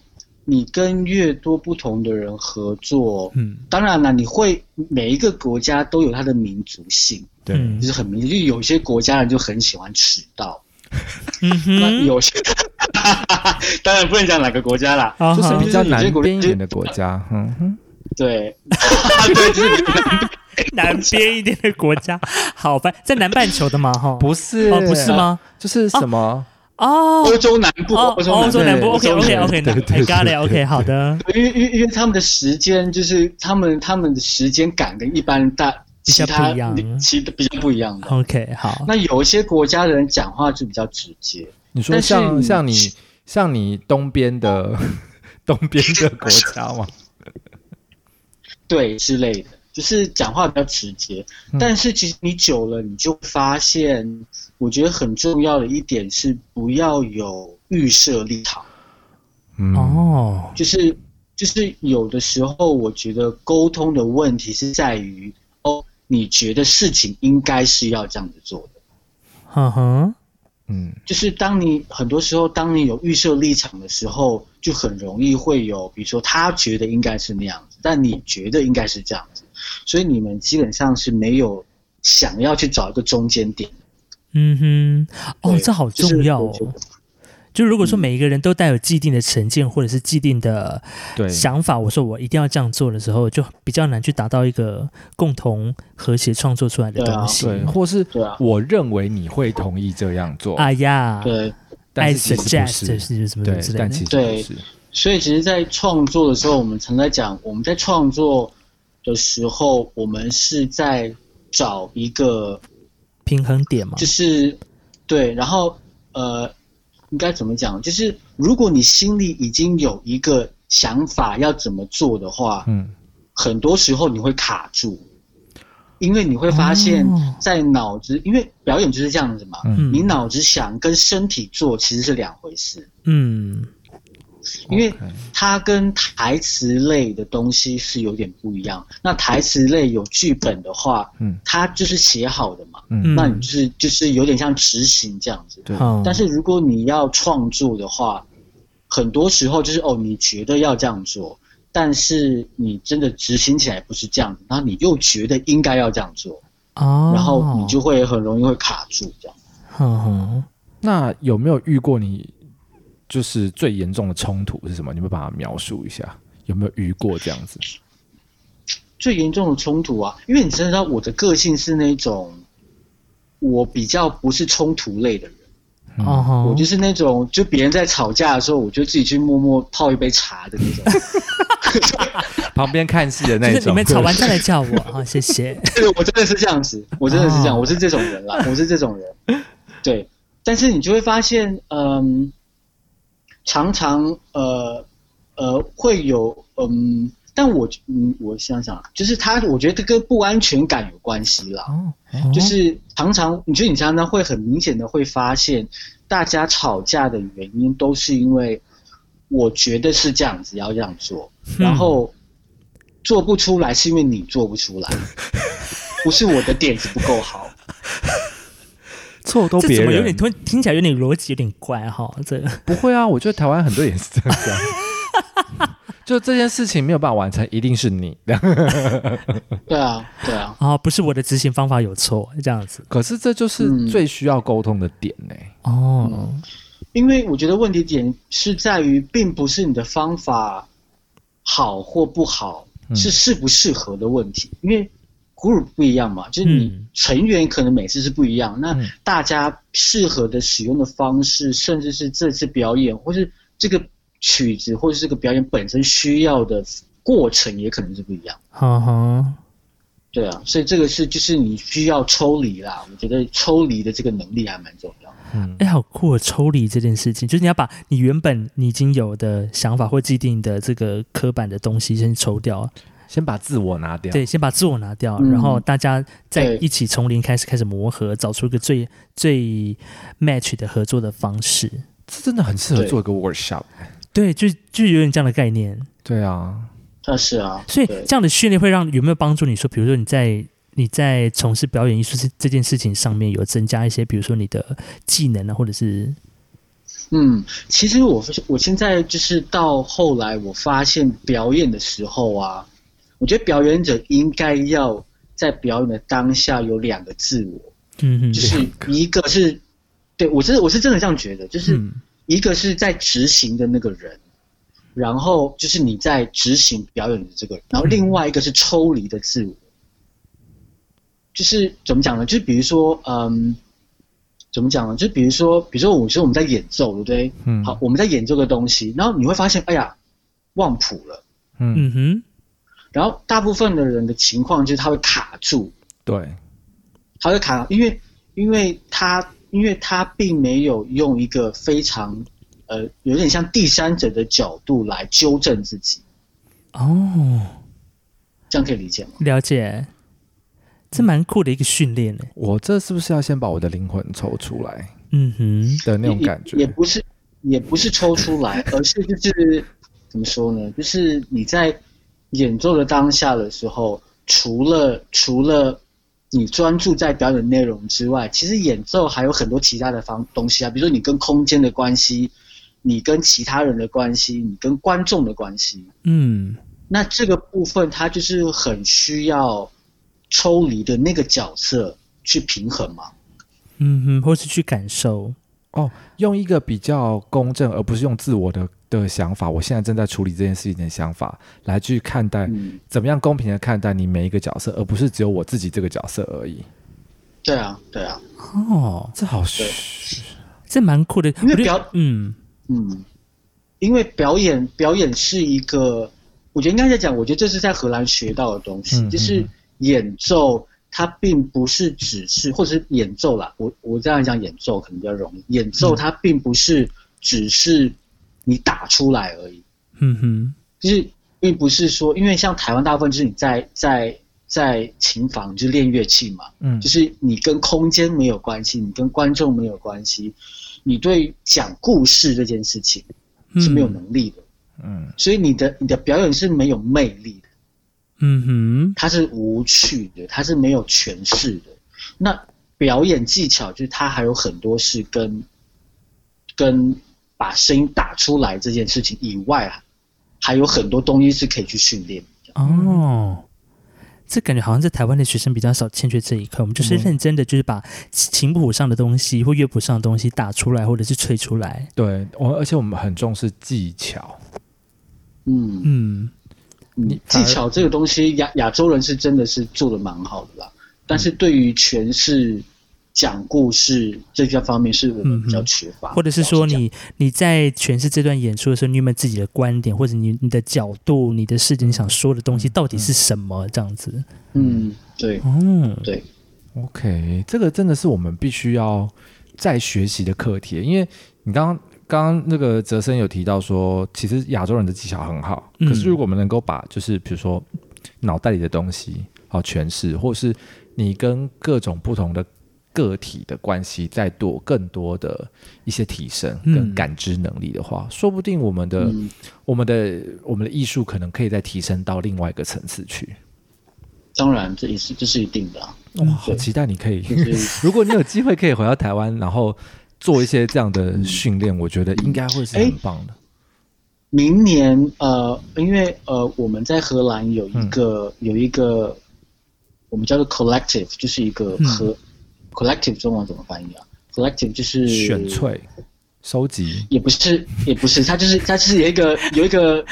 [SPEAKER 3] 你跟越多不同的人合作，
[SPEAKER 1] 嗯，
[SPEAKER 3] 当然了，你会每一个国家都有它的民族性，
[SPEAKER 2] [laughs] 对，
[SPEAKER 1] 嗯
[SPEAKER 3] 就是很明显，就有些国家人就很喜欢迟到，
[SPEAKER 1] 嗯
[SPEAKER 3] 那
[SPEAKER 1] 哼，
[SPEAKER 3] [laughs] 有些当然不能讲哪个国家啦，
[SPEAKER 1] 啊
[SPEAKER 2] 就是
[SPEAKER 1] 哈 [laughs]
[SPEAKER 2] 比较南边一点的国家，嗯哼，
[SPEAKER 3] 对，对，就是
[SPEAKER 1] 南边一点的国家，好烦，在南半球的嘛哈？
[SPEAKER 2] 不是
[SPEAKER 1] 哦，不是？吗？
[SPEAKER 2] 就是什么？
[SPEAKER 1] 哦
[SPEAKER 3] 欧洲南部，
[SPEAKER 1] 哦，欧洲南部，OK
[SPEAKER 3] 对
[SPEAKER 1] OK
[SPEAKER 3] 欧洲
[SPEAKER 1] OK，
[SPEAKER 2] 对对对
[SPEAKER 1] got
[SPEAKER 2] 对
[SPEAKER 1] it OK，好的，
[SPEAKER 3] 因为因为因为他们的时间就是他们他们的时间感跟一般大
[SPEAKER 1] 比
[SPEAKER 3] 其
[SPEAKER 1] 较
[SPEAKER 3] 他
[SPEAKER 1] 不一样
[SPEAKER 3] 其比较不一样的。
[SPEAKER 1] OK 好，
[SPEAKER 3] 那有一些国家的人讲话就比较直接，
[SPEAKER 2] 你说
[SPEAKER 3] 但是
[SPEAKER 2] 像
[SPEAKER 3] 你
[SPEAKER 2] 像你像你东边的 [laughs] 东边的国家吗？
[SPEAKER 3] 对之类的，就是讲话比较直接。
[SPEAKER 2] 嗯
[SPEAKER 3] 但是其实你久了，你就发现，我觉得很重要的一点是不要有预设立场，
[SPEAKER 1] [laughs]
[SPEAKER 2] 嗯，
[SPEAKER 1] 哦，
[SPEAKER 3] 就是就是有的时候，我觉得沟通的问题是在于哦，你觉得事情应该是要这样子做的。
[SPEAKER 1] 哼哼，
[SPEAKER 2] 嗯
[SPEAKER 3] 就是当你很多时候，当你有预设立场的时候，就很容易会有，比如说他觉得应该是那样子，但你觉得应该是这样子，所以你们基本上是没有想要去找一个中间点。
[SPEAKER 1] 嗯哼，哦，
[SPEAKER 3] 对
[SPEAKER 1] 这好重要哦。就如果说每一个人都带有既定的成见或者是既定的
[SPEAKER 2] 对，
[SPEAKER 1] 想法，我说我一定要这样做的时候，就比较难去达到一个共同和谐创作出来的
[SPEAKER 3] 对啊
[SPEAKER 1] 东西。
[SPEAKER 2] 对，或是
[SPEAKER 3] 对啊
[SPEAKER 2] 我认为你会同意这样做，
[SPEAKER 1] 啊呀，
[SPEAKER 3] 对，
[SPEAKER 2] 但
[SPEAKER 1] i
[SPEAKER 2] 是其实不
[SPEAKER 1] suggest
[SPEAKER 2] 是，
[SPEAKER 1] 是什么什
[SPEAKER 2] 对
[SPEAKER 1] 么之，类
[SPEAKER 2] 但
[SPEAKER 1] 的
[SPEAKER 2] 其。实不
[SPEAKER 3] 对
[SPEAKER 2] 是，
[SPEAKER 3] 所以其实，在创作的时候，我们常在讲，我们在创作的时候，我们是在找一个
[SPEAKER 1] 平衡点嘛
[SPEAKER 3] 就，是对，然后呃，应该怎么讲？就是如果你心里已经有一个想法要怎么做的话，
[SPEAKER 2] 嗯，
[SPEAKER 3] 很多时候你会卡住，因为你会发现
[SPEAKER 1] 哦
[SPEAKER 3] 在脑子，因为表演就是这样子嘛，
[SPEAKER 2] 嗯
[SPEAKER 3] 你脑子想跟身体做其实是两回事，
[SPEAKER 1] 嗯
[SPEAKER 3] 因为
[SPEAKER 2] OK
[SPEAKER 3] 它跟台词类的东西是有点不一样。那台词类有剧本的话，
[SPEAKER 2] 嗯
[SPEAKER 3] 它就是写好的嘛，
[SPEAKER 2] 嗯
[SPEAKER 1] 嗯，
[SPEAKER 3] 那你就是就是有点像执行这样子。
[SPEAKER 2] 对，
[SPEAKER 1] 好，
[SPEAKER 3] 但是如果你要创作的话，很多时候就是哦，你觉得要这样做，但是你真的执行起来不是这样，然后你又觉得应该要这样做，
[SPEAKER 1] 哦，
[SPEAKER 3] 然后你就会很容易会卡住这样。
[SPEAKER 1] 哼哼
[SPEAKER 2] 那有没有遇过你就是最严重的冲突是什么？你们把它描述一下，有没有遇过这样
[SPEAKER 1] [laughs]
[SPEAKER 2] 子？
[SPEAKER 3] 最严重的冲突啊，因为你知道我的个性是那种，我比较不是冲突类的人，
[SPEAKER 2] 嗯
[SPEAKER 1] 哦吼，
[SPEAKER 3] 我就是那种就别人在吵架的时候，我就自己去默默泡一杯茶的那种。
[SPEAKER 2] 旁边看戏的那
[SPEAKER 1] 就是
[SPEAKER 2] 种，
[SPEAKER 1] 你们吵完再来叫我，好，谢谢。
[SPEAKER 3] [laughs] 对，我真的是这样子，我真的是这样，
[SPEAKER 1] 哦
[SPEAKER 3] 我是这种人啦，我是这种人。对，但是你就会发现，嗯，常常呃呃会有嗯，但我嗯我想想，就是他，我觉得跟不安全感有关系啦。
[SPEAKER 2] 哦，
[SPEAKER 3] 就是常常，你觉得你常常会很明显的会发现，大家吵架的原因都是因为我觉得是这样子要这样做，然后做不出来是因为你做不出来，不是我的点子不够好。
[SPEAKER 2] [laughs] 错都
[SPEAKER 1] 这
[SPEAKER 2] 别
[SPEAKER 1] 怎么有点
[SPEAKER 2] 人，
[SPEAKER 1] 听听起来有点逻辑有点怪哈？这
[SPEAKER 2] 不会啊，我觉得台湾很多也是这样子啊。
[SPEAKER 3] [laughs]
[SPEAKER 2] 就这件事情没有办法完成，一定是你。 [laughs]
[SPEAKER 3] 对啊，对啊，
[SPEAKER 1] 啊、不是我的执行方法有错，这样子
[SPEAKER 2] 可是这就是
[SPEAKER 3] 嗯
[SPEAKER 2] 最需要沟通的点呢、
[SPEAKER 1] 哦，
[SPEAKER 3] 因为我觉得问题点是在于，并不是你的方法好或不好，
[SPEAKER 2] 嗯
[SPEAKER 3] 是适不适合的问题。因为 group 不一样嘛，就是你
[SPEAKER 1] 嗯
[SPEAKER 3] 成员可能每次是不一样，那
[SPEAKER 2] 嗯
[SPEAKER 3] 大家适合的使用的方式，甚至是这次表演或是这个曲子或是这个表演本身需要的过程，也可能是不一样。
[SPEAKER 1] 哈哈，
[SPEAKER 3] 对啊，所以这个是就是你需要抽离啦，我觉得抽离的这个能力还蛮重要的。
[SPEAKER 1] 哎，好酷、哦！抽离这件事情，就是你要把你原本你已经有的想法或既定的这个刻板的东西先抽掉，
[SPEAKER 2] 先把自我拿掉。
[SPEAKER 1] 对，先把自我拿掉，
[SPEAKER 3] 嗯
[SPEAKER 1] 然后大家再
[SPEAKER 3] 对
[SPEAKER 1] 一起从零开始开始磨合，找出一个最最 match 的合作的方式。
[SPEAKER 2] 这真的很适合
[SPEAKER 3] 对
[SPEAKER 2] 做一个 workshop。
[SPEAKER 1] 对，就就有点这样的概念。
[SPEAKER 2] 对啊，
[SPEAKER 3] 那是啊，
[SPEAKER 1] 所以
[SPEAKER 3] 对
[SPEAKER 1] 这样的训练会让有没有帮助你说，比如说你在你在从事表演艺术这这件事情上面有增加一些，比如说你的技能啊，或者是
[SPEAKER 3] 嗯，其实我我现在就是到后来，我发现表演的时候啊，我觉得表演者应该要在表演的当下有两个自我，
[SPEAKER 1] 嗯哼
[SPEAKER 3] 就是一个是，对我真的我是真的这样觉得，就是
[SPEAKER 1] 嗯
[SPEAKER 3] 一个是在执行的那个人，然后就是你在执行表演的这个人，然后另外一个是抽离的自我，就是怎么讲呢？就是比如说，嗯，怎么讲呢？就比如说，比如说，我说我们在演奏，对不对？
[SPEAKER 2] 嗯
[SPEAKER 3] 好，我们在演奏个东西，然后你会发现，哎呀，忘谱了。
[SPEAKER 2] 嗯，
[SPEAKER 1] 嗯哼，
[SPEAKER 3] 然后大部分的人的情况就是他会卡住，
[SPEAKER 2] 对，
[SPEAKER 3] 他会卡，因为因为他因为他并没有用一个非常呃有点像第三者的角度来纠正自己，
[SPEAKER 1] 哦，
[SPEAKER 3] 这样可以理解吗？
[SPEAKER 1] 了解，这蛮酷的一个训练欸呢。
[SPEAKER 2] 我这是不是要先把我的灵魂抽出来
[SPEAKER 1] 嗯哼，
[SPEAKER 2] 的那种
[SPEAKER 3] 也
[SPEAKER 2] 感
[SPEAKER 3] 也
[SPEAKER 2] 觉？
[SPEAKER 3] 不是也不是抽出来，而是 [laughs] 就是怎么说呢？就是你在演奏的当下的时候，除了除了你专注在表演内容之外，其实演奏还有很多其他的方东西啊，比如说你跟空间的关系，你跟其他人的关系，你跟观众的关系。
[SPEAKER 1] 嗯，
[SPEAKER 3] 那这个部分，它就是很需要抽离的那个角色去平衡嘛。
[SPEAKER 1] 嗯哼，或是去感受，
[SPEAKER 2] 哦，用一个比较公正，而不是用自我的的想法，我现在正在处理这件事情的想法来去看待，
[SPEAKER 3] 嗯，
[SPEAKER 2] 怎么样公平的看待你每一个角色，而不是只有我自己这个角色而已。
[SPEAKER 3] 对啊，对啊，
[SPEAKER 1] 哦，
[SPEAKER 2] 这好虚，
[SPEAKER 1] 这蛮酷的。
[SPEAKER 3] 因为
[SPEAKER 1] 我觉得
[SPEAKER 3] 表
[SPEAKER 1] 嗯
[SPEAKER 3] 嗯，因为表演表演是一个，我觉得应该在讲，我觉得这是在荷兰学到的东西，
[SPEAKER 2] 嗯
[SPEAKER 3] 就是演奏，它并不是只是，或者是演奏啦，我我这样讲演奏可能比较容易，演
[SPEAKER 2] 嗯
[SPEAKER 3] 奏它并不是只是你打出来而已，
[SPEAKER 1] 嗯哼，
[SPEAKER 3] 就是并不是说，因为像台湾大部分就是你在在在琴房就是练乐器嘛，
[SPEAKER 2] 嗯
[SPEAKER 3] 就是你跟空间没有关系，你跟观众没有关系，你对讲故事这件事情
[SPEAKER 1] 嗯
[SPEAKER 3] 是没有能力的，
[SPEAKER 2] 嗯
[SPEAKER 3] 所以你的你的表演是没有魅力的，
[SPEAKER 1] 嗯哼，
[SPEAKER 3] 它是无趣的，它是没有诠释的。那表演技巧就是它还有很多是跟跟把声音打出来这件事情以外，啊还有很多东西是可以去训练的。
[SPEAKER 1] 哦。这感觉好像在台湾的学生比较少欠缺这一课，我们就是
[SPEAKER 2] 嗯
[SPEAKER 1] 认真的，就是把琴谱上的东西或乐谱上的东西打出来，或者是吹出来。
[SPEAKER 2] 对，我而且我们很重视技巧，
[SPEAKER 3] 嗯，
[SPEAKER 1] 嗯
[SPEAKER 3] 嗯
[SPEAKER 2] 你，反
[SPEAKER 3] 技
[SPEAKER 2] 而
[SPEAKER 3] 巧这个东西，亚亚洲人是真的是做的蛮好的啦，但
[SPEAKER 1] 嗯
[SPEAKER 3] 是对于诠释、讲故事这些方面，是我们比较缺乏
[SPEAKER 1] 嗯
[SPEAKER 3] 的、
[SPEAKER 1] 或者是说
[SPEAKER 3] 老实讲
[SPEAKER 1] 你你在诠释这段演出的时候，你有没有自己的观点，或者你你的角度、你的视角、你想说的东西到底是什么？这样子，
[SPEAKER 3] 嗯，对
[SPEAKER 1] 哦，
[SPEAKER 3] 对，
[SPEAKER 2] OK，这个真的是我们必须要再学习的课题，因为你刚刚刚刚那个哲生有提到说，其实亚洲人的技巧很好，
[SPEAKER 1] 嗯
[SPEAKER 2] 可是如果我们能够把就是比如说脑袋里的东西好诠释，或是你跟各种不同的个体的关系再多更多的一些提升
[SPEAKER 1] 嗯
[SPEAKER 2] 跟感知能力的话，说不定我们
[SPEAKER 1] 呃
[SPEAKER 2] 的、
[SPEAKER 3] 嗯，
[SPEAKER 2] 我们的我们的艺术可能可以再提升到另外一个层次去。
[SPEAKER 3] 当然这也是这是一定的、啊，
[SPEAKER 2] 哇，好期待你可以 [laughs]
[SPEAKER 3] 就是
[SPEAKER 2] 如果你有机会可以回到台湾，然后做一些这样的训练，我觉得应该会是很棒的。
[SPEAKER 3] 明年呃，因为呃我们在荷兰有
[SPEAKER 1] 嗯
[SPEAKER 3] 一个、有一个我们叫做 collective，就是一
[SPEAKER 1] 嗯
[SPEAKER 3] 个和、collective 中文怎么翻译啊？collective 就是
[SPEAKER 2] 选粹、收集，
[SPEAKER 3] 也不是，也不是，他就是他就是有一个有一个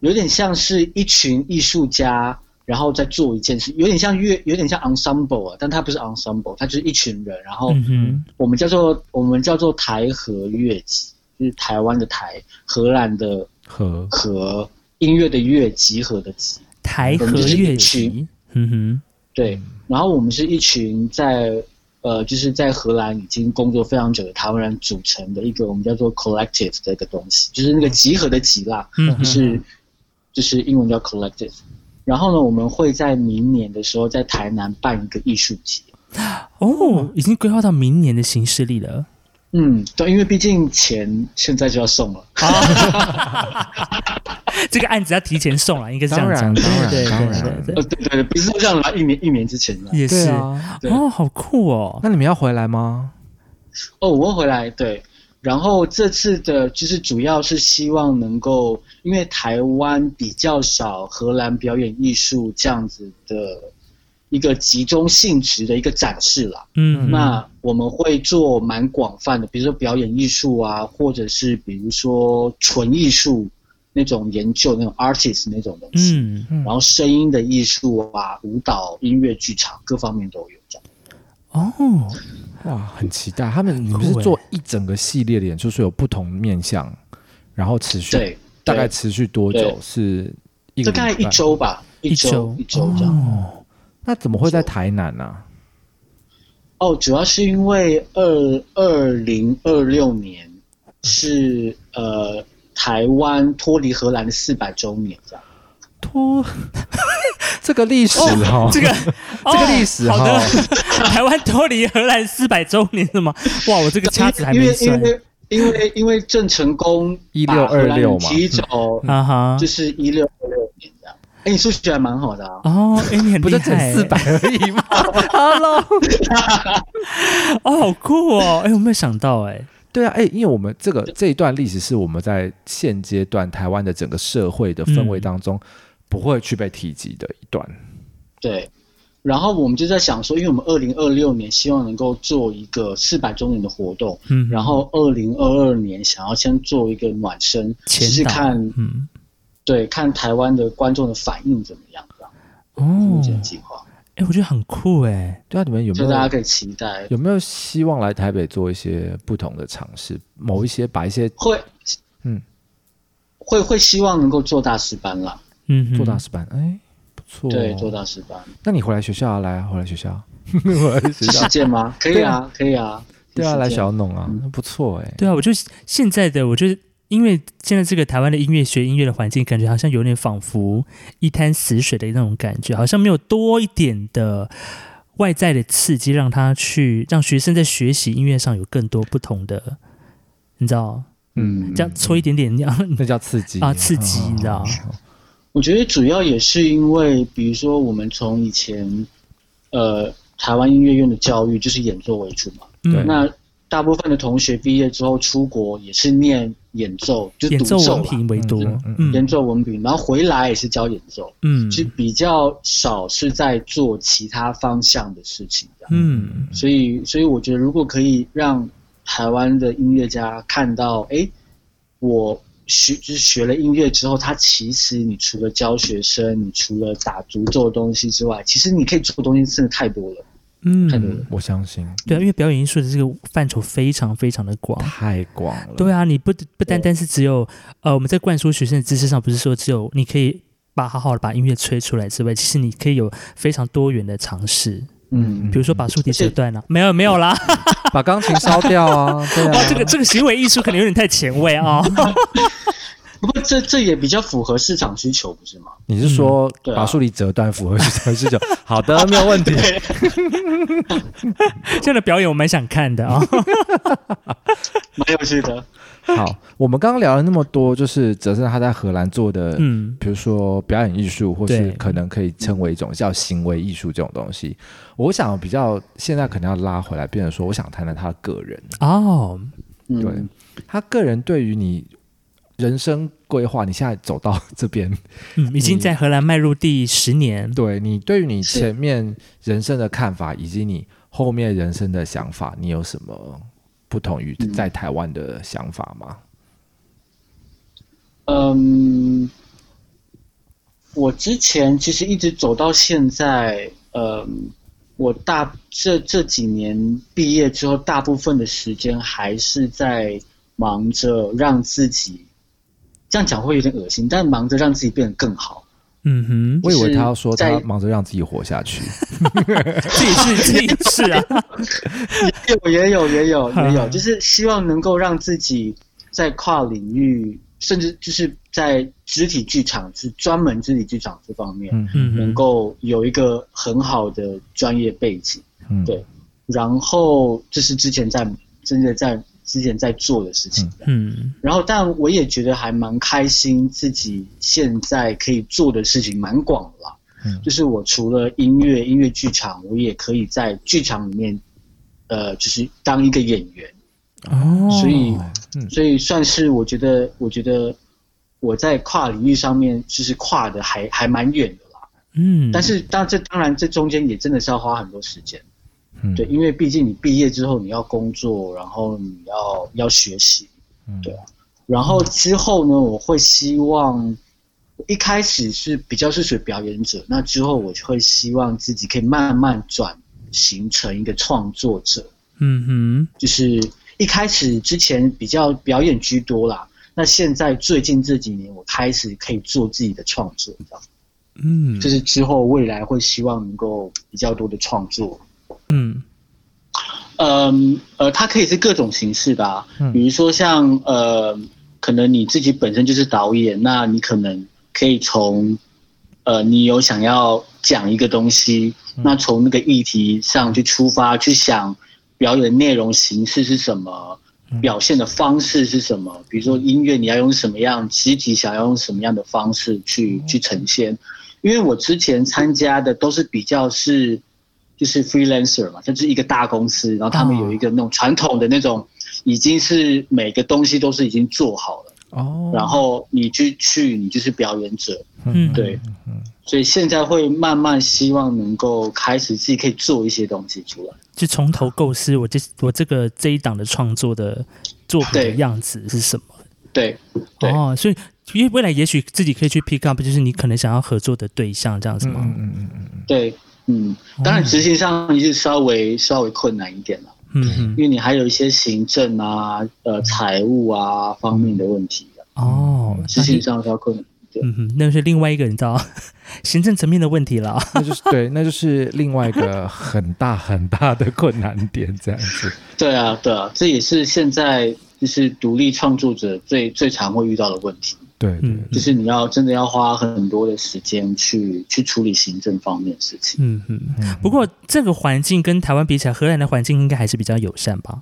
[SPEAKER 3] 有点像是一群艺术家，然后在做一件事，有点像乐，有点像 ensemble 啊，但他不是 ensemble，他就是一群人，然后
[SPEAKER 1] 嗯哼，
[SPEAKER 3] 我们叫做我们叫做台和乐集，就是台湾的台，荷兰的
[SPEAKER 2] 和
[SPEAKER 3] 和音乐的乐集合的集，
[SPEAKER 1] 台和
[SPEAKER 3] 我们就是
[SPEAKER 1] 乐
[SPEAKER 3] 一
[SPEAKER 1] 集
[SPEAKER 3] 群，
[SPEAKER 1] 嗯哼，
[SPEAKER 3] 对，然后我们是一群在呃，就是在荷兰已经工作非常久的台湾人组成的一个我们叫做 collective 的一个东西，就是那个集合的集啦，
[SPEAKER 1] 嗯
[SPEAKER 3] 就是就是英文叫 collective。然后呢，我们会在明年的时候在台南办一个艺术节。
[SPEAKER 1] 哦，已经规划到明年的行事历 [laughs] 了。
[SPEAKER 3] 嗯，对，因为毕竟钱现在就要送了。
[SPEAKER 1] 这个案子要提前送了，应该是这样
[SPEAKER 2] 当
[SPEAKER 1] 讲
[SPEAKER 2] 然，。当然，
[SPEAKER 1] 对
[SPEAKER 2] 当
[SPEAKER 1] 对对
[SPEAKER 2] 然，
[SPEAKER 1] 对
[SPEAKER 3] 呃，
[SPEAKER 1] 对，
[SPEAKER 3] 对对，不是这样啦，一年一年之前啦。
[SPEAKER 1] 也
[SPEAKER 2] 对
[SPEAKER 1] 是
[SPEAKER 2] 啊。
[SPEAKER 3] 对
[SPEAKER 1] 哦，好酷哦。
[SPEAKER 2] 那你们要回来吗？
[SPEAKER 3] 哦，我会回来，对。然后这次的就是主要是希望能够，因为台湾比较少荷兰表演艺术这样子的一个集中性质的一个展示啦。
[SPEAKER 1] 嗯，
[SPEAKER 3] 那我们会做蛮广泛的，比如说表演艺术啊，或者是比如说纯艺术，那种研究那种 artist 那种东西，
[SPEAKER 1] 嗯，
[SPEAKER 2] 嗯
[SPEAKER 3] 然后声音的艺术啊、舞蹈、音乐剧场各方面都有这样。
[SPEAKER 1] 哦，
[SPEAKER 2] 哇，很期待。他们你们
[SPEAKER 1] 酷
[SPEAKER 2] 是
[SPEAKER 1] 欸
[SPEAKER 2] 做一整个系列的演出，是有不同面向，然后持续
[SPEAKER 3] 对，
[SPEAKER 2] 大概
[SPEAKER 3] 对
[SPEAKER 2] 持续多久
[SPEAKER 3] 对？
[SPEAKER 2] 是一个
[SPEAKER 3] 大概
[SPEAKER 2] 礼
[SPEAKER 3] 一
[SPEAKER 2] 拜。
[SPEAKER 3] 周吧，一周
[SPEAKER 1] 一周
[SPEAKER 3] 一周这样。
[SPEAKER 2] 哦，那怎么会在台南啊呢、
[SPEAKER 3] 哦，主要是因为二二零二六年是呃台湾脱离荷兰的四百周年这样。
[SPEAKER 2] 脱
[SPEAKER 1] 哦
[SPEAKER 2] 这个历史哦，
[SPEAKER 1] 这个
[SPEAKER 2] 这个历史
[SPEAKER 1] 哦好的 [laughs]
[SPEAKER 2] 哈，
[SPEAKER 1] 台湾脱离荷兰四百周年是吗？哇，我这个掐指还
[SPEAKER 3] 因
[SPEAKER 1] 没
[SPEAKER 3] 为因
[SPEAKER 1] 算，
[SPEAKER 3] 为因为因为郑成功
[SPEAKER 2] 1626嘛
[SPEAKER 3] 提走
[SPEAKER 1] 啊哈
[SPEAKER 3] 就，是一六二六年这样。哎，你数学还蛮好的啊。
[SPEAKER 1] 哦，哎，你很
[SPEAKER 2] 不
[SPEAKER 1] 厉
[SPEAKER 2] 是整
[SPEAKER 1] 害，
[SPEAKER 2] 四百而已 [laughs] 吗？
[SPEAKER 1] 哦，好酷哦，哎，我没有想到，哎，
[SPEAKER 2] 对啊，哎、因为我们这个这一段历史是我们在现阶段台湾的整个社会的氛
[SPEAKER 1] 嗯
[SPEAKER 2] 围当中不会去被提及的一段。
[SPEAKER 3] 对，然后我们就在想说，因为我们二零二六年希望能够做一个四百周年的活动，
[SPEAKER 1] 嗯，
[SPEAKER 3] 然后二零二二年想要先做一个暖身，
[SPEAKER 1] 前
[SPEAKER 3] 试试
[SPEAKER 1] 导
[SPEAKER 3] 看
[SPEAKER 1] 嗯，
[SPEAKER 3] 对看台湾的观众的反应怎么样，这样目
[SPEAKER 1] 哦，
[SPEAKER 3] 前计划，
[SPEAKER 1] 哎，我觉得很酷，哎，
[SPEAKER 2] 对啊，你们有没
[SPEAKER 3] 就大家
[SPEAKER 2] 有
[SPEAKER 3] 可以期待
[SPEAKER 2] 有没有希望来台北做一些不同的尝试？某一些把一些
[SPEAKER 3] 会，
[SPEAKER 2] 嗯，
[SPEAKER 3] 会会希望能够做大师班啦，
[SPEAKER 1] 嗯哼，
[SPEAKER 2] 做大师班，哎、不错、哦。
[SPEAKER 3] 对，做大师班，
[SPEAKER 2] 那你回来学校啊，来啊，回来
[SPEAKER 1] [laughs]
[SPEAKER 2] 学校，回来学
[SPEAKER 3] 是 [laughs]
[SPEAKER 2] 校
[SPEAKER 3] 实，践吗？可以啊，可以啊，
[SPEAKER 2] 对啊，来
[SPEAKER 3] 小
[SPEAKER 2] 小农啊，
[SPEAKER 3] 嗯
[SPEAKER 2] 那不错哎、
[SPEAKER 1] 对啊，我就现在的，我就因为现在这个台湾的音乐学音乐的环境，感觉好像有点仿佛一滩死水的那种感觉，好像没有多一点的外在的刺激，让他去让学生在学习音乐上有更多不同的，你知道，
[SPEAKER 2] 嗯
[SPEAKER 1] 这样搓一点点，这样
[SPEAKER 2] 那叫刺激哦
[SPEAKER 1] 啊刺激你知道
[SPEAKER 3] 我觉得主要也是因为，比如说我们从以前，呃，台湾音乐院的教育就是演奏为主嘛。
[SPEAKER 2] 对
[SPEAKER 1] [laughs] 嗯，
[SPEAKER 3] 那大部分的同学毕业之后出国也是念演奏，就
[SPEAKER 1] 演
[SPEAKER 3] 独
[SPEAKER 1] 奏
[SPEAKER 3] 奏
[SPEAKER 1] 文
[SPEAKER 3] 啦
[SPEAKER 1] 凭为多
[SPEAKER 2] 嗯，
[SPEAKER 3] 演
[SPEAKER 1] 嗯
[SPEAKER 3] 奏文凭，然后回来也是教演奏，
[SPEAKER 1] 嗯
[SPEAKER 3] 是比较少是在做其他方向的事情的。
[SPEAKER 1] 嗯
[SPEAKER 3] 所以，所以我觉得如果可以让台湾的音乐家看到，哎，我学就是学了音乐之后，他其实你除了教学生，你除了打足奏的东西之外，其实你可以做的东西真的太多了。太多
[SPEAKER 1] 嗯，
[SPEAKER 3] 了
[SPEAKER 2] 我相信
[SPEAKER 1] 对啊，因为表演艺术的这个范畴非常非常的广，
[SPEAKER 2] 太广了。
[SPEAKER 1] 对啊，你不不单单是只有呃，我们在灌输学生的知识上，不是说只有你可以把好好的把音乐吹出来之外，其实你可以有非常多元的尝试，
[SPEAKER 3] 嗯，
[SPEAKER 1] 比如说把竖笛折断了、没有没有啦，
[SPEAKER 2] 把钢琴烧掉啊！
[SPEAKER 1] [laughs]
[SPEAKER 2] 对
[SPEAKER 1] 哇，
[SPEAKER 2] 啊，
[SPEAKER 1] 哦这个这个行为艺术可能有点太前卫
[SPEAKER 3] [laughs]
[SPEAKER 1] 啊、
[SPEAKER 3] 不过这这也比较符合市场需求，不是吗？
[SPEAKER 2] 你是说
[SPEAKER 3] 对啊
[SPEAKER 2] 把树篱折断，符合
[SPEAKER 3] [laughs]
[SPEAKER 2] 市场需求？好的，没有问题。
[SPEAKER 1] 这样的表演我蛮想看
[SPEAKER 3] [laughs]
[SPEAKER 1] 的啊、
[SPEAKER 3] 蛮有趣的。
[SPEAKER 2] 好，我们刚刚聊了那么多，就是哲胜他在荷兰做的，
[SPEAKER 1] 嗯
[SPEAKER 2] 比如说表演艺术，或是
[SPEAKER 1] 对
[SPEAKER 2] 可能可以称为一种叫行为艺术这种东西。我想比较现在可能要拉回来，变成说，我想谈谈他个人，
[SPEAKER 1] 哦，
[SPEAKER 3] 嗯，
[SPEAKER 2] 对、他个人对于你人生规划，你现在走到这边，
[SPEAKER 1] 嗯，已经在荷兰迈入第十年，
[SPEAKER 2] 对你对于你
[SPEAKER 3] 是
[SPEAKER 2] 前面人生的看法，以及你后面人生的想法，你有什么不同于
[SPEAKER 3] 嗯
[SPEAKER 2] 在台湾的想法吗？
[SPEAKER 3] 嗯，我之前其实一直走到现在，嗯，我大这这几年毕业之后，大部分的时间还是在忙着让自己，这样讲会有点恶心，但忙着让自己变得更好。
[SPEAKER 1] 嗯
[SPEAKER 2] 我以为
[SPEAKER 3] 就是
[SPEAKER 2] 他要说他
[SPEAKER 3] 在
[SPEAKER 2] 忙着让自己活下去，
[SPEAKER 1] 哼，自己是自
[SPEAKER 3] [laughs]
[SPEAKER 1] 己是啊，
[SPEAKER 3] 有也有也有也有，
[SPEAKER 1] 嗯
[SPEAKER 3] 就是希望能够让自己在跨领域，甚至就是在肢体剧场，是专门肢体剧场这方面，
[SPEAKER 2] 嗯
[SPEAKER 1] 嗯
[SPEAKER 3] 能
[SPEAKER 1] 哼，
[SPEAKER 3] 够有一个很好的专业背景，
[SPEAKER 2] 嗯，
[SPEAKER 3] 对然后这是之前在真的在之前在做的事情。
[SPEAKER 1] 嗯
[SPEAKER 3] 然后，但我也觉得还蛮开心，自己现在可以做的事情蛮广的啦。
[SPEAKER 2] 嗯
[SPEAKER 3] 就是我除了音乐、音乐剧场，我也可以在剧场里面，呃，就是当一个演员。
[SPEAKER 1] 哦，
[SPEAKER 3] 所以
[SPEAKER 2] 嗯
[SPEAKER 3] 所以算是我觉得，我觉得我在跨领域上面就是跨的还还蛮远的啦。
[SPEAKER 1] 嗯，
[SPEAKER 3] 但是，当这当然这中间也真的是要花很多时间，
[SPEAKER 2] 嗯
[SPEAKER 3] 对，因为毕竟你毕业之后你要工作，然后你要要学习，
[SPEAKER 2] 嗯
[SPEAKER 3] 对啊然后之后呢，我会希望一开始是比较是属于表演者，那之后我就会希望自己可以慢慢转型成一个创作者，
[SPEAKER 1] 嗯
[SPEAKER 3] 就是一开始之前比较表演居多啦。那现在最近这几年，我开始可以做自己的创作，这样
[SPEAKER 1] 哼，嗯
[SPEAKER 3] 就是之后未来会希望能够比较多的创作。
[SPEAKER 1] 嗯
[SPEAKER 3] 嗯，呃，它可以是各种形式的、啊
[SPEAKER 2] 嗯，
[SPEAKER 3] 比如说像呃，可能你自己本身就是导演，那你可能可以从呃，你有想要讲一个东西，那从那个议题上去出发，去想表演的内容形式是什么，表现的方式是什么，比如
[SPEAKER 1] 嗯
[SPEAKER 3] 说音乐你要用什么样，肢体想要用什么样的方式去
[SPEAKER 1] 嗯
[SPEAKER 3] 去呈现，因为我之前参加的都是比较是就是 freelancer 嘛，就是一个大公司，然后他们
[SPEAKER 1] 哦
[SPEAKER 3] 有一个那种传统的那种，已经是每个东西都是已经做好了，
[SPEAKER 2] 哦，
[SPEAKER 3] 然后你去去你就是表演者，
[SPEAKER 1] 嗯
[SPEAKER 3] 对，所以现在会慢慢希望能够开始自己可以做一些东西出来。
[SPEAKER 1] 就从头构思我这我这个这一档的创作的作品的
[SPEAKER 3] 对
[SPEAKER 1] 样子是什么。
[SPEAKER 3] 对，对
[SPEAKER 1] 哦，所以因为未来也许自己可以去 pick up，就是你可能想要合作的对象这样子
[SPEAKER 2] 嗯
[SPEAKER 1] 吗？
[SPEAKER 2] 嗯嗯嗯嗯，
[SPEAKER 3] 对，嗯，当然执行上是稍微稍微困难一点了，
[SPEAKER 1] 嗯嗯
[SPEAKER 3] 因为你还有一些行政啊、呃财务啊方面的问题啊、
[SPEAKER 1] 哦，
[SPEAKER 3] 执
[SPEAKER 1] 那
[SPEAKER 3] 行
[SPEAKER 1] 你
[SPEAKER 3] 上比较困难。
[SPEAKER 1] 嗯哼，那是另外一个你知道 [laughs] 行政层面的问题了。
[SPEAKER 2] 那就是对，那就是另外一个很大很大的困难点，这样子。
[SPEAKER 3] 对啊，对啊，这也是现在就是独立创作者最最常会遇到的问题，
[SPEAKER 2] 对对
[SPEAKER 1] 嗯
[SPEAKER 2] 对
[SPEAKER 3] 就是你要真的要花很多的时间去去处理行政方面的事情。
[SPEAKER 1] 嗯哼，不过这个环境跟台湾比起来，荷兰的环境应该还是比较友善吧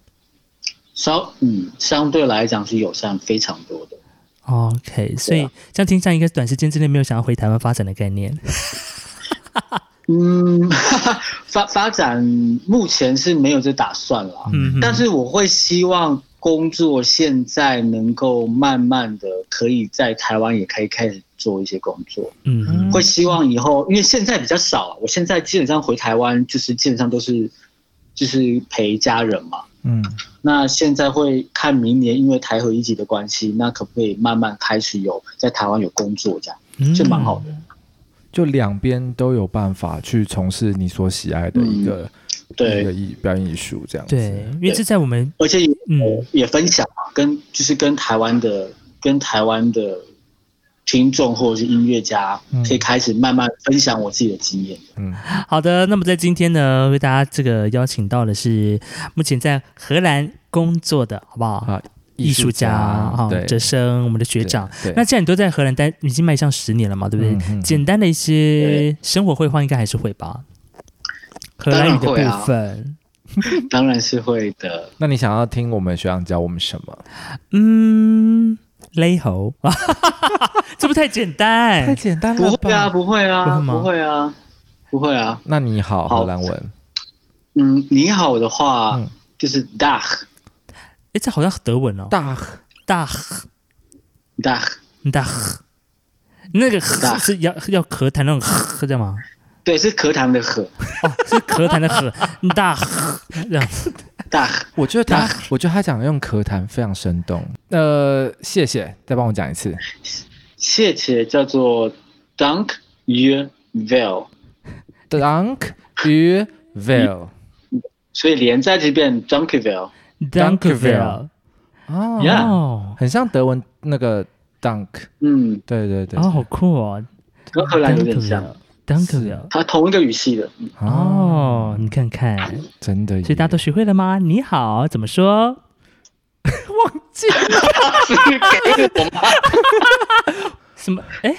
[SPEAKER 3] 稍嗯，相对来讲是友善非常多的。啊
[SPEAKER 1] ？OK，所以这样听起来，应该短时间之内没有想要回台湾发展的概念。
[SPEAKER 3] 嗯， [laughs] 发发展目前是没有这打算啦，
[SPEAKER 1] 嗯哼，
[SPEAKER 3] 但是我会希望工作现在能够慢慢的可以在台湾也可以开始做一些工作，
[SPEAKER 1] 嗯哼
[SPEAKER 3] 会希望以后因为现在比较少啊，我现在基本上回台湾就是基本上都是就是陪家人嘛。
[SPEAKER 2] 嗯
[SPEAKER 3] 那现在会看明年，因为台和一级的关系，那可不可以慢慢开始有在台湾有工作，这样
[SPEAKER 1] 嗯
[SPEAKER 3] 就蛮好的。
[SPEAKER 2] 就两边都有办法去从事你所喜爱的一个、一个
[SPEAKER 3] 嗯对，
[SPEAKER 2] 艺表演艺术这样子。
[SPEAKER 1] 对，因为这在我们
[SPEAKER 3] 而且也
[SPEAKER 1] 嗯
[SPEAKER 3] 也分享嘛，跟就是跟台湾的跟台湾的听众或者是音乐家
[SPEAKER 2] 嗯，
[SPEAKER 3] 可以开始慢慢分享我自己的经验。
[SPEAKER 2] 嗯，
[SPEAKER 1] 好的，那么在今天呢，为大家这个邀请到的是目前在荷兰工作的，好不好？
[SPEAKER 2] 啊，
[SPEAKER 1] 艺术家啊，
[SPEAKER 2] 对，
[SPEAKER 1] 哲生，我们的学
[SPEAKER 2] 对
[SPEAKER 1] 长。
[SPEAKER 2] 对
[SPEAKER 1] 那既然你都在荷兰待，已经迈向十年了嘛，对不对？
[SPEAKER 2] 嗯嗯
[SPEAKER 1] 简单的一些生活绘画应该还是会吧。荷兰语的
[SPEAKER 3] 当然会啊
[SPEAKER 1] 部分，
[SPEAKER 3] 当然是会的，
[SPEAKER 2] 那你想要听我们学长教我们什么？
[SPEAKER 1] 嗯，勒
[SPEAKER 2] [laughs]
[SPEAKER 1] 喉，这不太简单。
[SPEAKER 2] 简单
[SPEAKER 3] 不会啊，？不会
[SPEAKER 1] 不会
[SPEAKER 3] 啊，
[SPEAKER 1] 吗
[SPEAKER 3] 不会啊，不会啊。
[SPEAKER 2] 那你好，
[SPEAKER 3] 好
[SPEAKER 2] 荷兰文，
[SPEAKER 3] 嗯，你好的话、
[SPEAKER 2] 嗯
[SPEAKER 3] 就是 dag
[SPEAKER 1] 哎，这好像德文哦，
[SPEAKER 2] 大
[SPEAKER 1] 大嗯
[SPEAKER 3] dag，
[SPEAKER 1] 大，那个
[SPEAKER 3] 大
[SPEAKER 1] 是要要咳痰那种 [laughs] 咳，这样吗？
[SPEAKER 3] 对，是咳痰的咳
[SPEAKER 1] 哦，是咳痰的咳，大这样。
[SPEAKER 3] dag。
[SPEAKER 2] 我觉得他，我觉得他讲的用咳痰非常生动。呃，谢谢，再帮我讲一次。
[SPEAKER 3] 谢谢，叫做 dank you well，
[SPEAKER 2] Dank you well
[SPEAKER 3] 所以连在这边 dank you well。
[SPEAKER 1] Dankevel，
[SPEAKER 2] 哦
[SPEAKER 3] Yeah
[SPEAKER 1] 哦，
[SPEAKER 2] 很像德文那个 Dank，
[SPEAKER 3] 嗯，
[SPEAKER 2] 对对对，
[SPEAKER 1] 哦，好酷哦
[SPEAKER 3] 跟荷兰有点像，
[SPEAKER 1] ，Dankevel，Dankevel，
[SPEAKER 3] 它同一个语系的。 [laughs] 嗯
[SPEAKER 2] 哦，
[SPEAKER 1] 哦，你看看，
[SPEAKER 2] 真的耶，
[SPEAKER 1] 所以大家都学会了吗？你好，怎么说？忘记了什么？哎，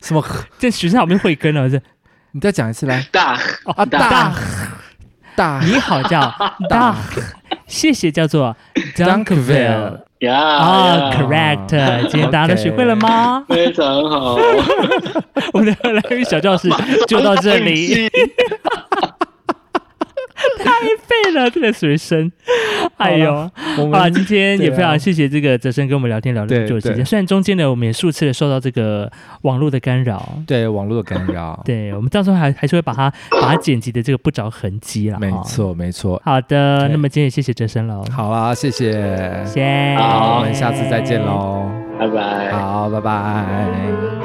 [SPEAKER 2] 什么？
[SPEAKER 1] 这学生好没慧根哦，这
[SPEAKER 2] 你再讲一次来，
[SPEAKER 3] 大
[SPEAKER 2] 啊大大
[SPEAKER 1] 你好叫
[SPEAKER 3] [laughs]
[SPEAKER 1] 大，谢谢叫做 Dankevel
[SPEAKER 2] Dankevel
[SPEAKER 3] 呀
[SPEAKER 1] 啊
[SPEAKER 3] 呀
[SPEAKER 1] ，correct，今天大家都学会了吗？
[SPEAKER 3] 非常好，。
[SPEAKER 1] 我们的荷兰语小教室就到这里。[laughs] 废了，这个水深。哎
[SPEAKER 2] 好
[SPEAKER 1] 呦
[SPEAKER 2] 了，我
[SPEAKER 1] 啊，
[SPEAKER 2] 们
[SPEAKER 1] 今天也
[SPEAKER 2] 对啊
[SPEAKER 1] 非常谢谢这个泽生跟我们聊天聊了这么
[SPEAKER 2] 对
[SPEAKER 1] 久的时
[SPEAKER 2] 对
[SPEAKER 1] 间，虽然中间呢我们也数次的受到这个网络的干扰，
[SPEAKER 2] 对网络的干扰，
[SPEAKER 1] 对我们到时候还还是会把它把它剪辑的这个不着痕迹啦。
[SPEAKER 2] 没
[SPEAKER 1] 哦。
[SPEAKER 2] 错没错。
[SPEAKER 1] 好的，
[SPEAKER 2] 对
[SPEAKER 1] 那么今天也谢谢泽生喽，
[SPEAKER 2] 好啦，谢谢，
[SPEAKER 1] 谢，
[SPEAKER 2] 好，我们下次再见。喽。
[SPEAKER 3] [laughs] 拜拜。
[SPEAKER 2] 好，拜拜。